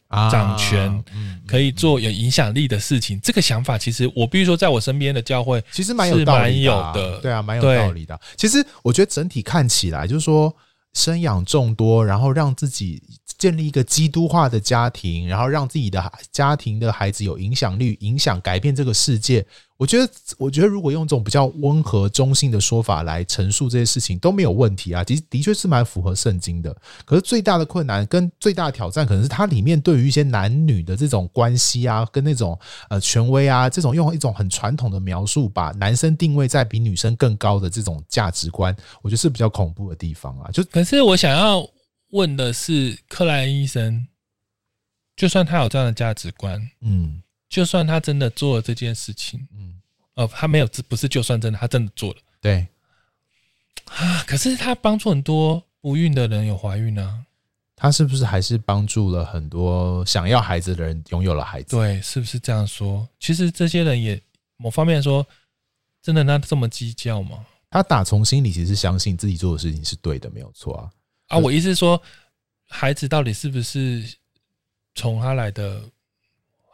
C: 啊
A: 掌权
C: 嗯
A: 可以做有影响力的事情。这个想法，其实我必须说，在我身边的教会，
C: 其实蛮有道理的啊、
A: 是蛮有的
C: 对啊，蛮有
A: 对
C: 道理的啊。其实我觉得整体看起来，就是说生养众多，然后让自己建立一个基督化的家庭，然后让自己的孩家庭的孩子有影响力，影响改变这个世界。我觉得，我觉得如果用这种比较温和、中性的说法来陈述这些事情都没有问题啊，其实的确是蛮符合圣经的。可是最大的困难跟最大的挑战，可能是它里面对于一些男女的这种关系啊，跟那种呃权威啊，这种用一种很传统的描述，把男生定位在比女生更高的这种价值观，我觉得是比较恐怖的地方啊。就
A: 可是我想要问的是，克莱恩医生，就算他有这样的价值观，
C: 嗯
A: 就算他真的做了这件事情，
C: 嗯，
A: 呃，他没有，不是就算真的，他真的做了
C: 对，
A: 啊。可是他帮助很多不孕的人有怀孕啊。
C: 他是不是还是帮助了很多想要孩子的人拥有了孩子？
A: 对，是不是这样说？其实这些人也某方面说，真的那这么计较吗？
C: 他打从心里其实是相信自己做的事情是对的，没有错啊。
A: 啊，我意思是说，孩子到底是不是从他来的？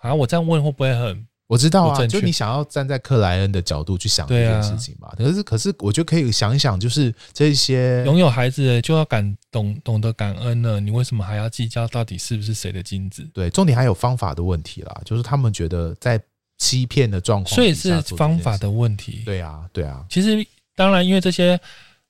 A: 啊，我这样问会不会很
C: 我知道
A: 不
C: 啊，
A: 正确
C: 就你想要站在克莱恩的角度去想这
A: 对啊
C: 件事情嘛。可是，可是我觉得可以想一想，就是这些
A: 拥有孩子的就要感懂懂得感恩了？你为什么还要计较到底是不是谁的精子？
C: 对，重点还有方法的问题啦，就是他们觉得在欺骗的状况，
A: 所以是方法。的问题。，
C: 对啊，对啊，
A: 其实当然，因为这些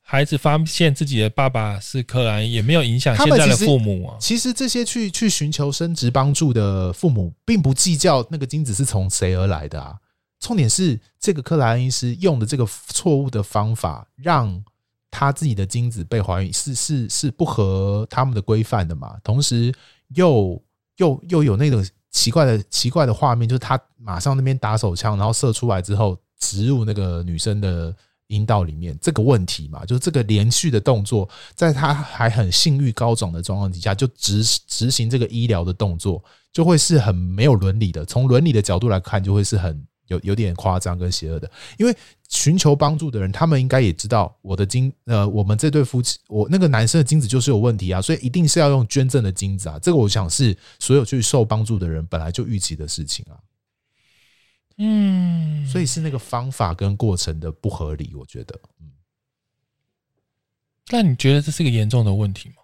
A: 孩子发现自己的爸爸是柯南，也没有影响
C: 他
A: 现
C: 们
A: 在的
C: 其实
A: 父母啊。
C: 其实这些去去寻求生殖帮助的父母，并不计较那个精子是从谁而来的啊。重点是这个克莱恩医师用的这个错误的方法，让他自己的精子被怀孕是是是不合他们的规范的嘛，同时又又又有那种奇怪的奇怪的画面，就是他马上那边打手枪，然后射出来之后植入那个女生的阴道里面，这个问题嘛，就是这个连续的动作，在他还很性欲高涨的状况底下，就执执行这个医疗的动作，就会是很没有伦理的。从伦理的角度来看，就会是很有有点夸张跟邪恶的。因为寻求帮助的人，他们应该也知道我的精呃，我们这对夫妻，我那个男生的精子就是有问题啊，所以一定是要用捐赠的精子啊。这个我想是所有去受帮助的人本来就预期的事情啊，
A: 嗯，
C: 所以是那个方法跟过程的不合理，我觉得。嗯，
A: 那你觉得这是一个严重的问题吗？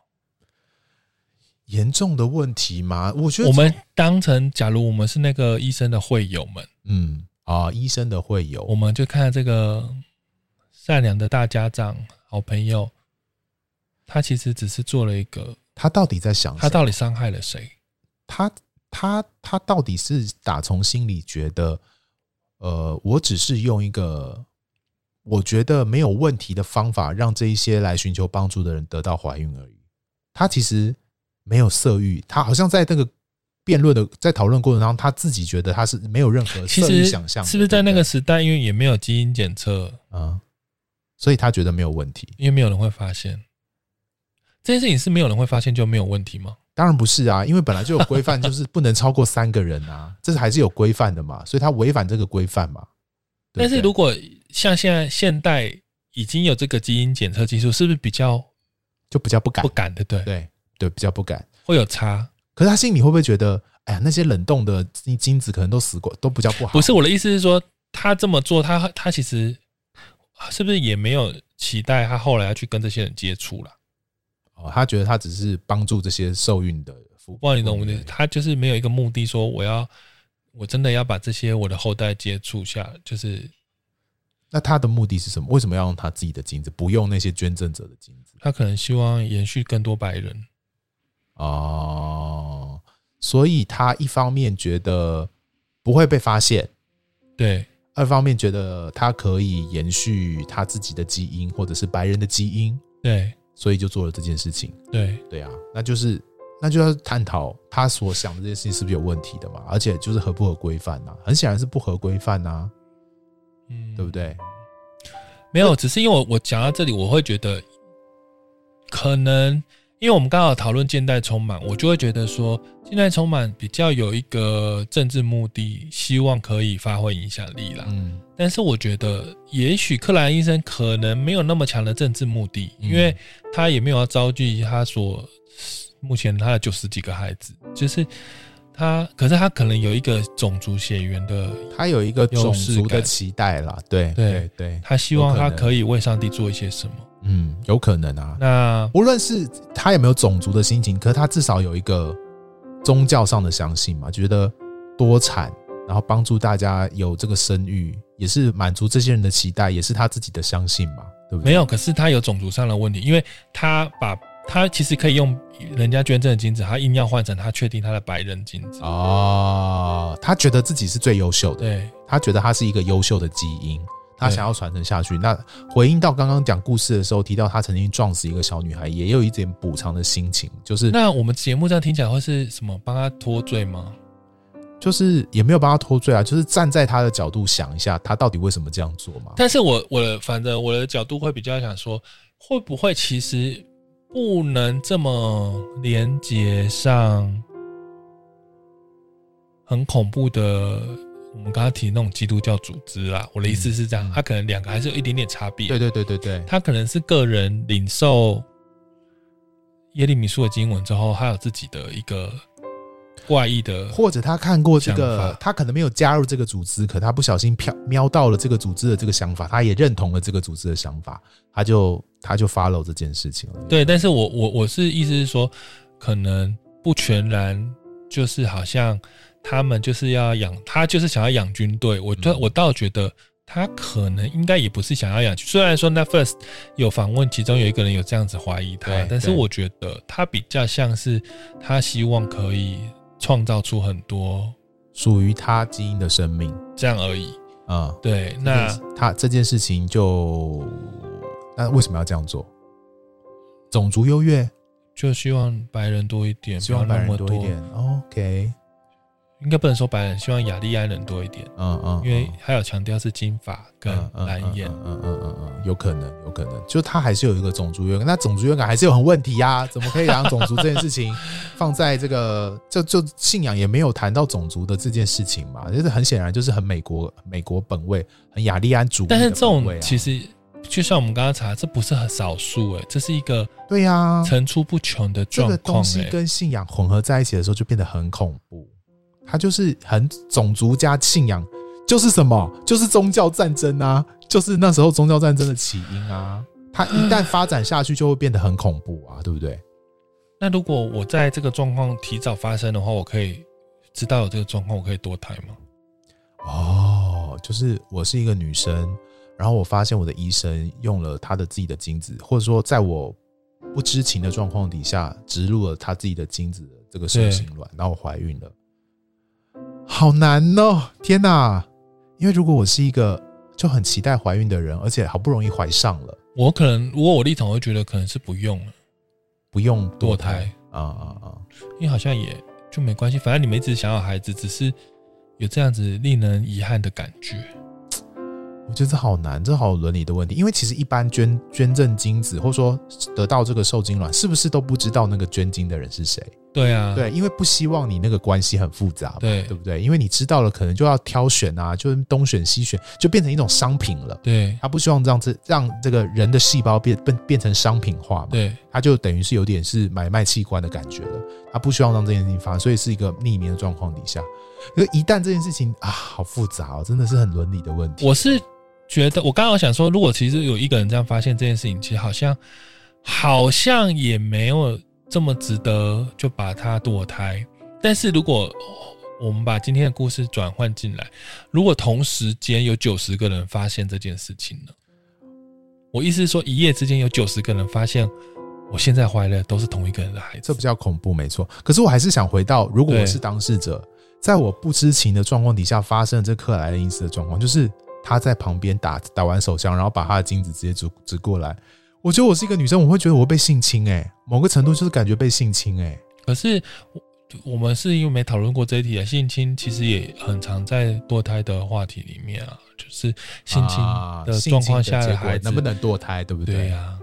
C: 严重的问题吗？我觉得
A: 我们当成，假如我们是那个医生的会友们，
C: 嗯啊，医生的会有
A: 我们就看这个善良的大家长、好朋友，他其实只是做了一个，
C: 他到底在想什
A: 他
C: 么
A: 到底伤害了谁？
C: 他他他到底是打从心里觉得，呃，我只是用一个我觉得没有问题的方法，让这一些来寻求帮助的人得到怀孕而已。他其实没有色欲，他好像在那个辩论的在讨论过程当中，他自己觉得他是没有任何
A: 其
C: 色
A: 实
C: 欲
A: 是
C: 想象的，
A: 不是在那
C: 对
A: 个
C: 对
A: 时代，因为也没有基因检测，
C: 嗯，所以他觉得没有问题。
A: 因为没有人会发现这件事情是没有人会发现就没有问题吗？
C: 当然不是啊，因为本来就有规范，就是不能超过三个人 啊，这还是有规范的嘛，所以他违反这个规范嘛。对
A: 但
C: 不
A: 是
C: 对
A: 如果像现在现代已经有这个基因检测技术，是不是比较
C: 就比较不敢，
A: 不敢的？对，
C: 对对，比较不敢。
A: 会有差。
C: 可是他心里会不会觉得，哎呀，那些冷冻的精精子可能都死过，都比较不好？
A: 不是我的意思是说，他这么做，他他其实啊是不是也没有期待他后来要去跟这些人接触啦？
C: 哦，他觉得他只是帮助这些受孕的妇，
A: 不然你懂我
C: 妇
A: 的
C: 女
A: 意思，他就是没有一个目的，说我要我真的要把这些我的后代接触下，就是
C: 那他的目的是什么？为什么要用他自己的精子，不用那些捐赠者的精子？
A: 他可能希望延续更多白人。
C: 哦，所以他一方面觉得不会被发现，
A: 对，
C: 二方面觉得他可以延续他自己的基因，或者是白人的基因，
A: 对，
C: 所以就做了这件事情。
A: 对，
C: 对啊，那就是那就要探讨他所想的这件事情是不是有问题的嘛，而且就是合不合规范呐、很显然是不合规范呐、
A: 嗯，
C: 对不对？
A: 没有，只是因为我我讲到这里，我会觉得，可能因为我们刚好讨论近代充满，我就会觉得说，近代充满比较有一个政治目的，希望可以发挥影响力啦。
C: 嗯，
A: 但是我觉得，也许克莱恩医生可能没有那么强的政治目的，
C: 嗯
A: 因为他也没有要招聚他所目前他的九十几个孩子，就是他，可是他可能有一个种族血缘的，
C: 他有一个种
A: 优势
C: 族的
A: 感
C: 期待啦，对
A: 对
C: 对，
A: 他希望他
C: 有可能
A: 可以为上帝做一些什么。
C: 嗯，有可能啊。
A: 那
C: 无论是他有没有种族的心情，可是他至少有一个宗教上的相信嘛，觉得多产，然后帮助大家有这个生育，也是满足这些人的期待，也是他自己的相信嘛，对不对？
A: 没有，可是他有种族上的问题，因为他把他其实可以用人家捐赠的精子，他硬要换成他确定他的白人精子。
C: 哦，他觉得自己是最优秀的，
A: 对
C: 他觉得他是一个优秀的基因，他
A: 对
C: 想要传承下去。那回应到刚刚讲故事的时候，提到他曾经撞死一个小女孩，也有一点补偿的心情，就是
A: 那我们节目这样听起来会是什么？帮他脱罪吗？
C: 就是也没有帮他脱罪啊，就是站在他的角度想一下，他到底为什么这样做嘛？
A: 但是我我的反正我的角度会比较想说，会不会其实不能这么连接上很恐怖的？我们刚刚提那种基督教组织啊，我的意思是这样，
C: 嗯嗯
A: 他可能两个还是有一点点差别。
C: 对对对对对，
A: 他可能是个人领受耶利米书的经文之后，他有自己的一个怪异的，
C: 或者他看过这个
A: 想法，
C: 他可能没有加入这个组织，可他不小心瞟瞄到了这个组织的这个想法，他也认同了这个组织的想法，他就他就 follow 这件事情了。
A: 对。但是我我我是意思是说，可能不全然就是好像他们就是要养，他就是想要养军队。我倒
C: 嗯
A: 我倒觉得。他可能应该也不是想要养，虽然说 Netflix 有访问，其中有一个人有这样子怀疑他
C: 对，
A: 但是
C: 对
A: 我觉得他比较像是他希望可以创造出很多
C: 属于他基因的生命
A: 这样而已。
C: 啊。嗯
A: 对，
C: 那
A: 那
C: 他这件事情就那为什么要这样做？种族优越，
A: 就希望白人多一点，
C: 希望
A: 不要
C: 白
A: 那
C: 人
A: 么
C: 多一点。OK，
A: 应该不能说白人，希望雅利安人多一点，
C: 嗯嗯，
A: 因为
C: 嗯
A: 还有强调是金发跟
C: 嗯嗯
A: 蓝眼。
C: 嗯嗯嗯嗯嗯嗯，有可能，有可能，就他还是有一个种族优越感，那种族优越感还是有很问题呀、怎么可以让种族这件 事情放在这个就就信仰也没有谈到种族的这件事情嘛？就是很显然就是很美国美国本位，很雅利安主义的
A: 但
C: 本位
A: 是这种
C: 啊、
A: 其实就像我们刚刚查，这不是很少数哎、这是一个
C: 对呀、
A: 层出不穷的
C: 这
A: 状
C: 个
A: 况
C: 东西
A: 哎、
C: 跟信仰混合在一起的时候，就变得很恐怖。它就是很种族加信仰，就是什么？就是宗教战争啊，就是那时候宗教战争的起因啊。它一旦发展下去，就会变得很恐怖啊，对不对？
A: 那如果我在这个状况提早发生的话，我可以知道有这个状况，我可以堕胎吗？
C: 哦，就是我是一个女生，然后我发现我的医生用了他的自己的精子，或者说在我不知情的状况底下植入了他自己的精子的这个受精卵，然后我怀孕了，好难哦！天哪，因为如果我是一个就很期待怀孕的人，而且好不容易怀上了，
A: 我可能如果我立场，我会觉得可能是不用了，
C: 不用
A: 堕
C: 堕
A: 胎
C: 胎啊啊啊！
A: 因为好像也就没关系，反正你们一直想要孩子，只是有这样子令人遗憾的感觉。
C: 我觉得这好难，这好伦理的问题。因为其实一般捐捐赠精子，或者说得到这个受精卵，是不是都不知道那个捐精的人是谁？
A: 对啊，
C: 对，因为不希望你那个关系很复杂嘛，
A: 对
C: 对不对？因为你知道了，可能就要挑选啊，就是东选西选，就变成一种商品了。
A: 对
C: 他不希望让这让这个人的细胞变变变成商品化嘛，
A: 对，
C: 他就等于是有点是买卖器官的感觉了。他不希望让这件事情发生，所以是一个匿名的状况底下。可是一旦这件事情啊，好复杂哦，真的是很伦理的问题。
A: 我是觉得，我刚刚想说，如果其实有一个人这样发现这件事情，其实好像好像也没有这么值得就把他堕胎。但是如果我们把今天的故事转换进来，如果同时间有九十个人发现这件事情呢？我意思是说，一夜之间有九十个人发现我现在怀了都是同一个人的孩
C: 这
A: 子
C: 比，较恐怖，没错。可是我还是想回到，如果
A: 对
C: 我是当事者，在我不知情的状况底下发生了这克莱恩医师的状况，就是他在旁边打打完手枪，然后把他的精子直接指指过来。我觉得我是一个女生，我会觉得我被性侵、欸，某个程度就是感觉被性侵、欸，
A: 可是我我们是因为没讨论过这一题啊，性侵其实也很常在堕胎的话题里面啊，就是性侵
C: 啊
A: 的
C: 性
A: 状
C: 侵
A: 况下
C: 结
A: 的
C: 果
A: 孩子、
C: 能不能堕胎，对不对？
A: 对呀、啊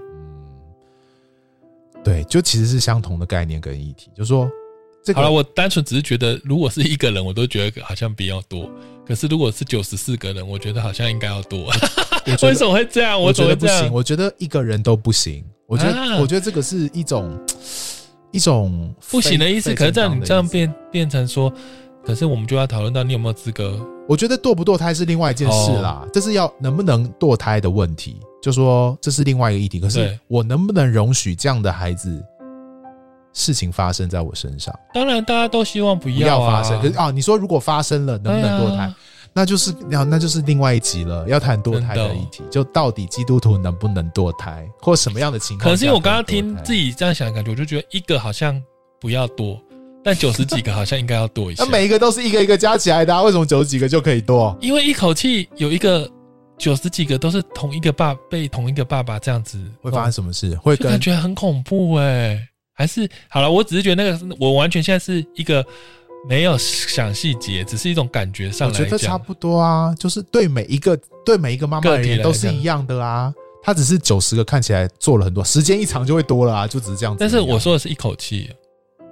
C: 嗯，对，就其实是相同的概念跟议题，就是说这个
A: 好了，我单纯只是觉得，如果是一个人，我都觉得好像比较多。可是如果是九十四个人，我觉得好像应该要多。
C: 我觉
A: 为
C: 得
A: 什么会这样？
C: 我
A: 怎
C: 觉
A: 么会
C: 得不
A: 这
C: 行，
A: 样？
C: 我觉得一个人都不行。我觉得，
A: 啊
C: 我觉得这个是一种一种
A: 不行的意思，
C: 非
A: 可是这样
C: 非
A: 你
C: 正
A: 这样
C: 当的意
A: 变
C: 思
A: 变成说，可是我们就要讨论到你有没有资格
C: 我觉得堕不堕胎是另外一件事啦，
A: 哦
C: 这是要能不能堕胎的问题，就说这是另外一个议题。可是
A: 对
C: 我能不能容许这样的孩子事情发生在我身上，
A: 当然，大家都希望不
C: 不要
A: 要啊
C: 发生？可是啊，你说如果发生了，能不能堕
A: 对
C: 胎？
A: 啊
C: 那就是那那就是另外一集了，要谈堕胎
A: 真
C: 的
A: 的
C: 议题，就到底基督徒能不能堕胎，或什么样的情
A: 可
C: 况下以堕胎？
A: 能是因为我刚刚听自己这样想的感觉，我就觉得一个好像不要多，但九十几个好像应该要多一些
C: 那。每一个都是一个一个加起来的、啊，为什么九十几个就可以多？
A: 因为一口气有一个九十几个都是同一个爸被同一个爸爸这样子，哦
C: 会发生什么事？会
A: 就感
C: 跟
A: 觉很恐怖哎、还是好了，我只是觉得那个我完全现在是一个没有想细节，只是一种感觉上
C: 我
A: 来
C: 觉
A: 讲，
C: 得差不多啊，就是对每一个对每一个妈妈
A: 个
C: 而
A: 体
C: 言
A: 来
C: 都是
A: 讲
C: 一样的啊。他只是九十个看起来做了很多，时间一长就会多了啊，就只是这样子而
A: 但
C: 已啊。
A: 是我说的是一口气，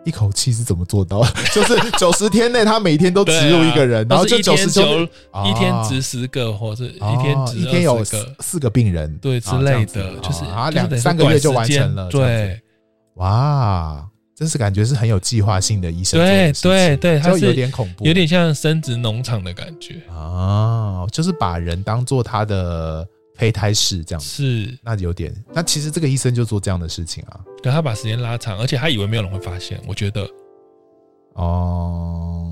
C: 一口气是怎么做到？ 就是九十天内，他每天都植入一个人，然后
A: 就
C: 就九
A: 啊一天
C: 十就
A: 九一天
C: 啊
A: 值十个，或者是
C: 哦
A: 一天值
C: 一天有
A: 20个
C: 四四个病人，
A: 对
C: 啊
A: 之
C: 这
A: 类
C: 样子
A: 的，就是
C: 啊，
A: 就是等于
C: 两三个月就
A: 短
C: 完
A: 时间
C: 成了，这样子
A: 对，
C: 哇，真是感觉是很有计划性的医生做的
A: 对
C: 事情，
A: 对对他
C: 就是有点恐怖，
A: 有点像生殖农场的感觉，
C: 啊，就是把人当做他的胚胎室这样子，
A: 是。
C: 那有点，那其实这个医生就做这样的事情啊，
A: 可他把时间拉长，而且他以为没有人会发现。我觉得，
C: 哦、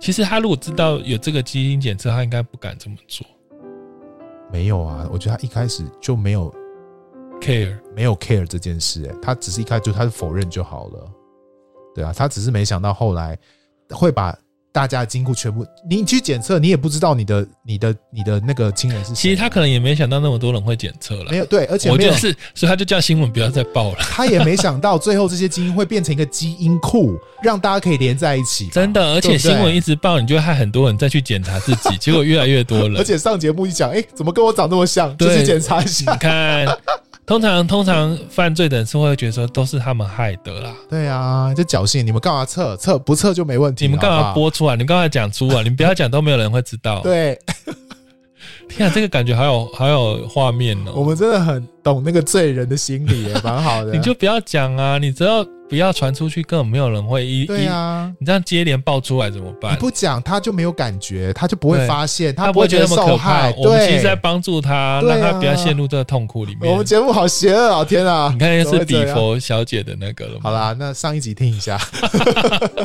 A: 其实他如果知道有这个基因检测，他应该不敢这么做。
C: 没有啊，我觉得他一开始就没有
A: care，
C: 没有 care 这件事、欸，他只是一开始就他是否认就好了，对啊，他只是没想到后来会把大家的经过全部，你去检测，你也不知道你的、你的、你的那个亲人是谁。
A: 其实他可能也没想到那么多人会检测了
C: 没，有对，而且
A: 我
C: 没有
A: 就，是，所以他就叫新闻不要再报了。
C: 他也没想到最后这些基因会变成一个基因库，让大家可以连在一起。
A: 真的，而
C: 对
A: 且
C: 不对
A: 新闻一直报，你就会害很多人再去检查自己，结果越来越多人。
C: 而且上节目一讲，哎、怎么跟我长那么像？就
A: 对
C: 去检查一下
A: 你。 看，通常通常犯罪的人是会觉得说都是他们害的啦。
C: 对啊，就侥幸，你们干嘛测？测不测就没问题。
A: 你们干
C: 好
A: 嘛
C: 不好？
A: 播出啊？你们干嘛讲出啊？你们不要讲，都没有人会知道。，
C: 对
A: 天啊，这个感觉好有好有画面
C: 我
A: 哦。
C: 们真的很懂那个罪人的心理耶，蛮好的。
A: 你就不要讲啊，你只要不要传出去，根本没有人会一
C: 对
A: 一。
C: 啊，
A: 你这样接连爆出来怎么
C: 你
A: 办？
C: 不讲他就没有感觉，他就不会
A: 对
C: 发现，
A: 他
C: 不
A: 不
C: 会
A: 会觉得那么
C: 受
A: 可怕。
C: 害。
A: 我们其实在
C: 对，
A: 帮助他，
C: 对啊
A: 让他不要陷入这个痛苦里
C: 我
A: 面
C: 们。节目好邪恶啊！天啊，
A: 你看，又
C: 怎么
A: 是
C: 会
A: 比
C: 这样
A: 佛小姐的那个了
C: 好
A: 嘛？
C: 啦，那上一集听一下。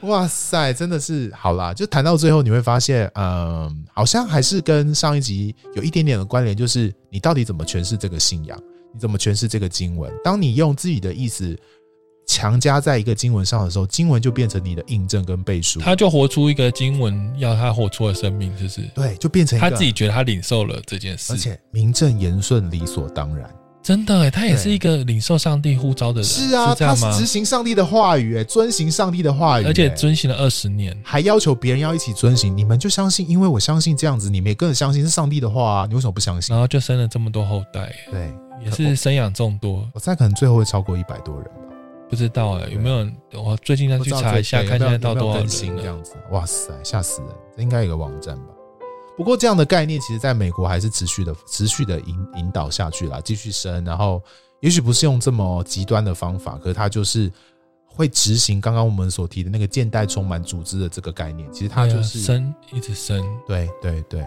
C: 哇塞，真的是好啦！就谈到最后，你会发现，嗯，好像还是跟上一集有一点点的关联，就是你到底怎么诠释这个信仰，你怎么诠释这个经文。当你用自己的意思强加在一个经文上的时候，经文就变成你的印证跟背书，
A: 他就活出一个经文，要他活出的生命，就是
C: 对，就变成一个
A: 他自己，觉得他领受了这件事
C: 而。且名正言顺、理所当然。
A: 真的欸，他也
C: 对
A: 是一个领受上帝呼召的人，
C: 是啊，
A: 这
C: 他
A: 样
C: 是
A: 吗？
C: 执行上帝的话语、哎，遵行上帝的话语、
A: 而且
C: 哎
A: 遵循了二十年，
C: 还要求别人要一起遵行，你们就相信，因为我相信这样子，你们也跟着相信是上帝的话、啊，你为什么不相信
A: 然？后就生了这么多后代欸，
C: 对，
A: 嗯也
C: 哦
A: 是生养众多。
C: 我猜可能最后会超过一百多人吧，
A: 不知道哎，有没有人？我最近再
C: 不
A: 去
C: 知道
A: 查一下，
C: 这
A: 看现在到
C: 有没有
A: 多少
C: 更新
A: 人
C: 这
A: 了。
C: 样子。哇塞，吓死人！这应该有个网站吧？不过这样的概念，其实在美国还是持续的、持续的引引导下去啦，继续升。然后，也许不是用这么极端的方法，可是它就是会执行刚刚我们所提的那个现代充满组织的这个概念。其实它
A: 对啊
C: 就是
A: 生，一直生。
C: 对对对，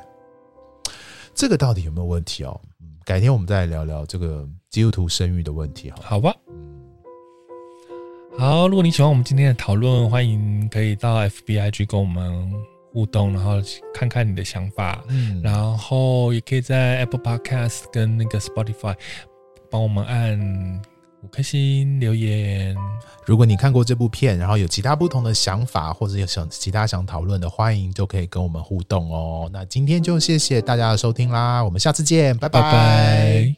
C: 这个到底有没有问题哦？嗯，改天我们再来聊聊这个基督徒生育的问题好了。
A: 好吧，
C: 嗯，
A: 好，如果你喜欢我们今天的讨论，欢迎可以到 FBIG 跟我们互动，然后看看你的想法，
C: 嗯
A: 然后也可以在 Apple Podcast 跟那个 Spotify 帮我们按五颗星留言。
C: 如果你看过这部片，然后有其他不同的想法，或者有想其他想讨论的，欢迎就可以跟我们互动哦。那今天就谢谢大家的收听啦，我们下次见，拜
A: 拜拜。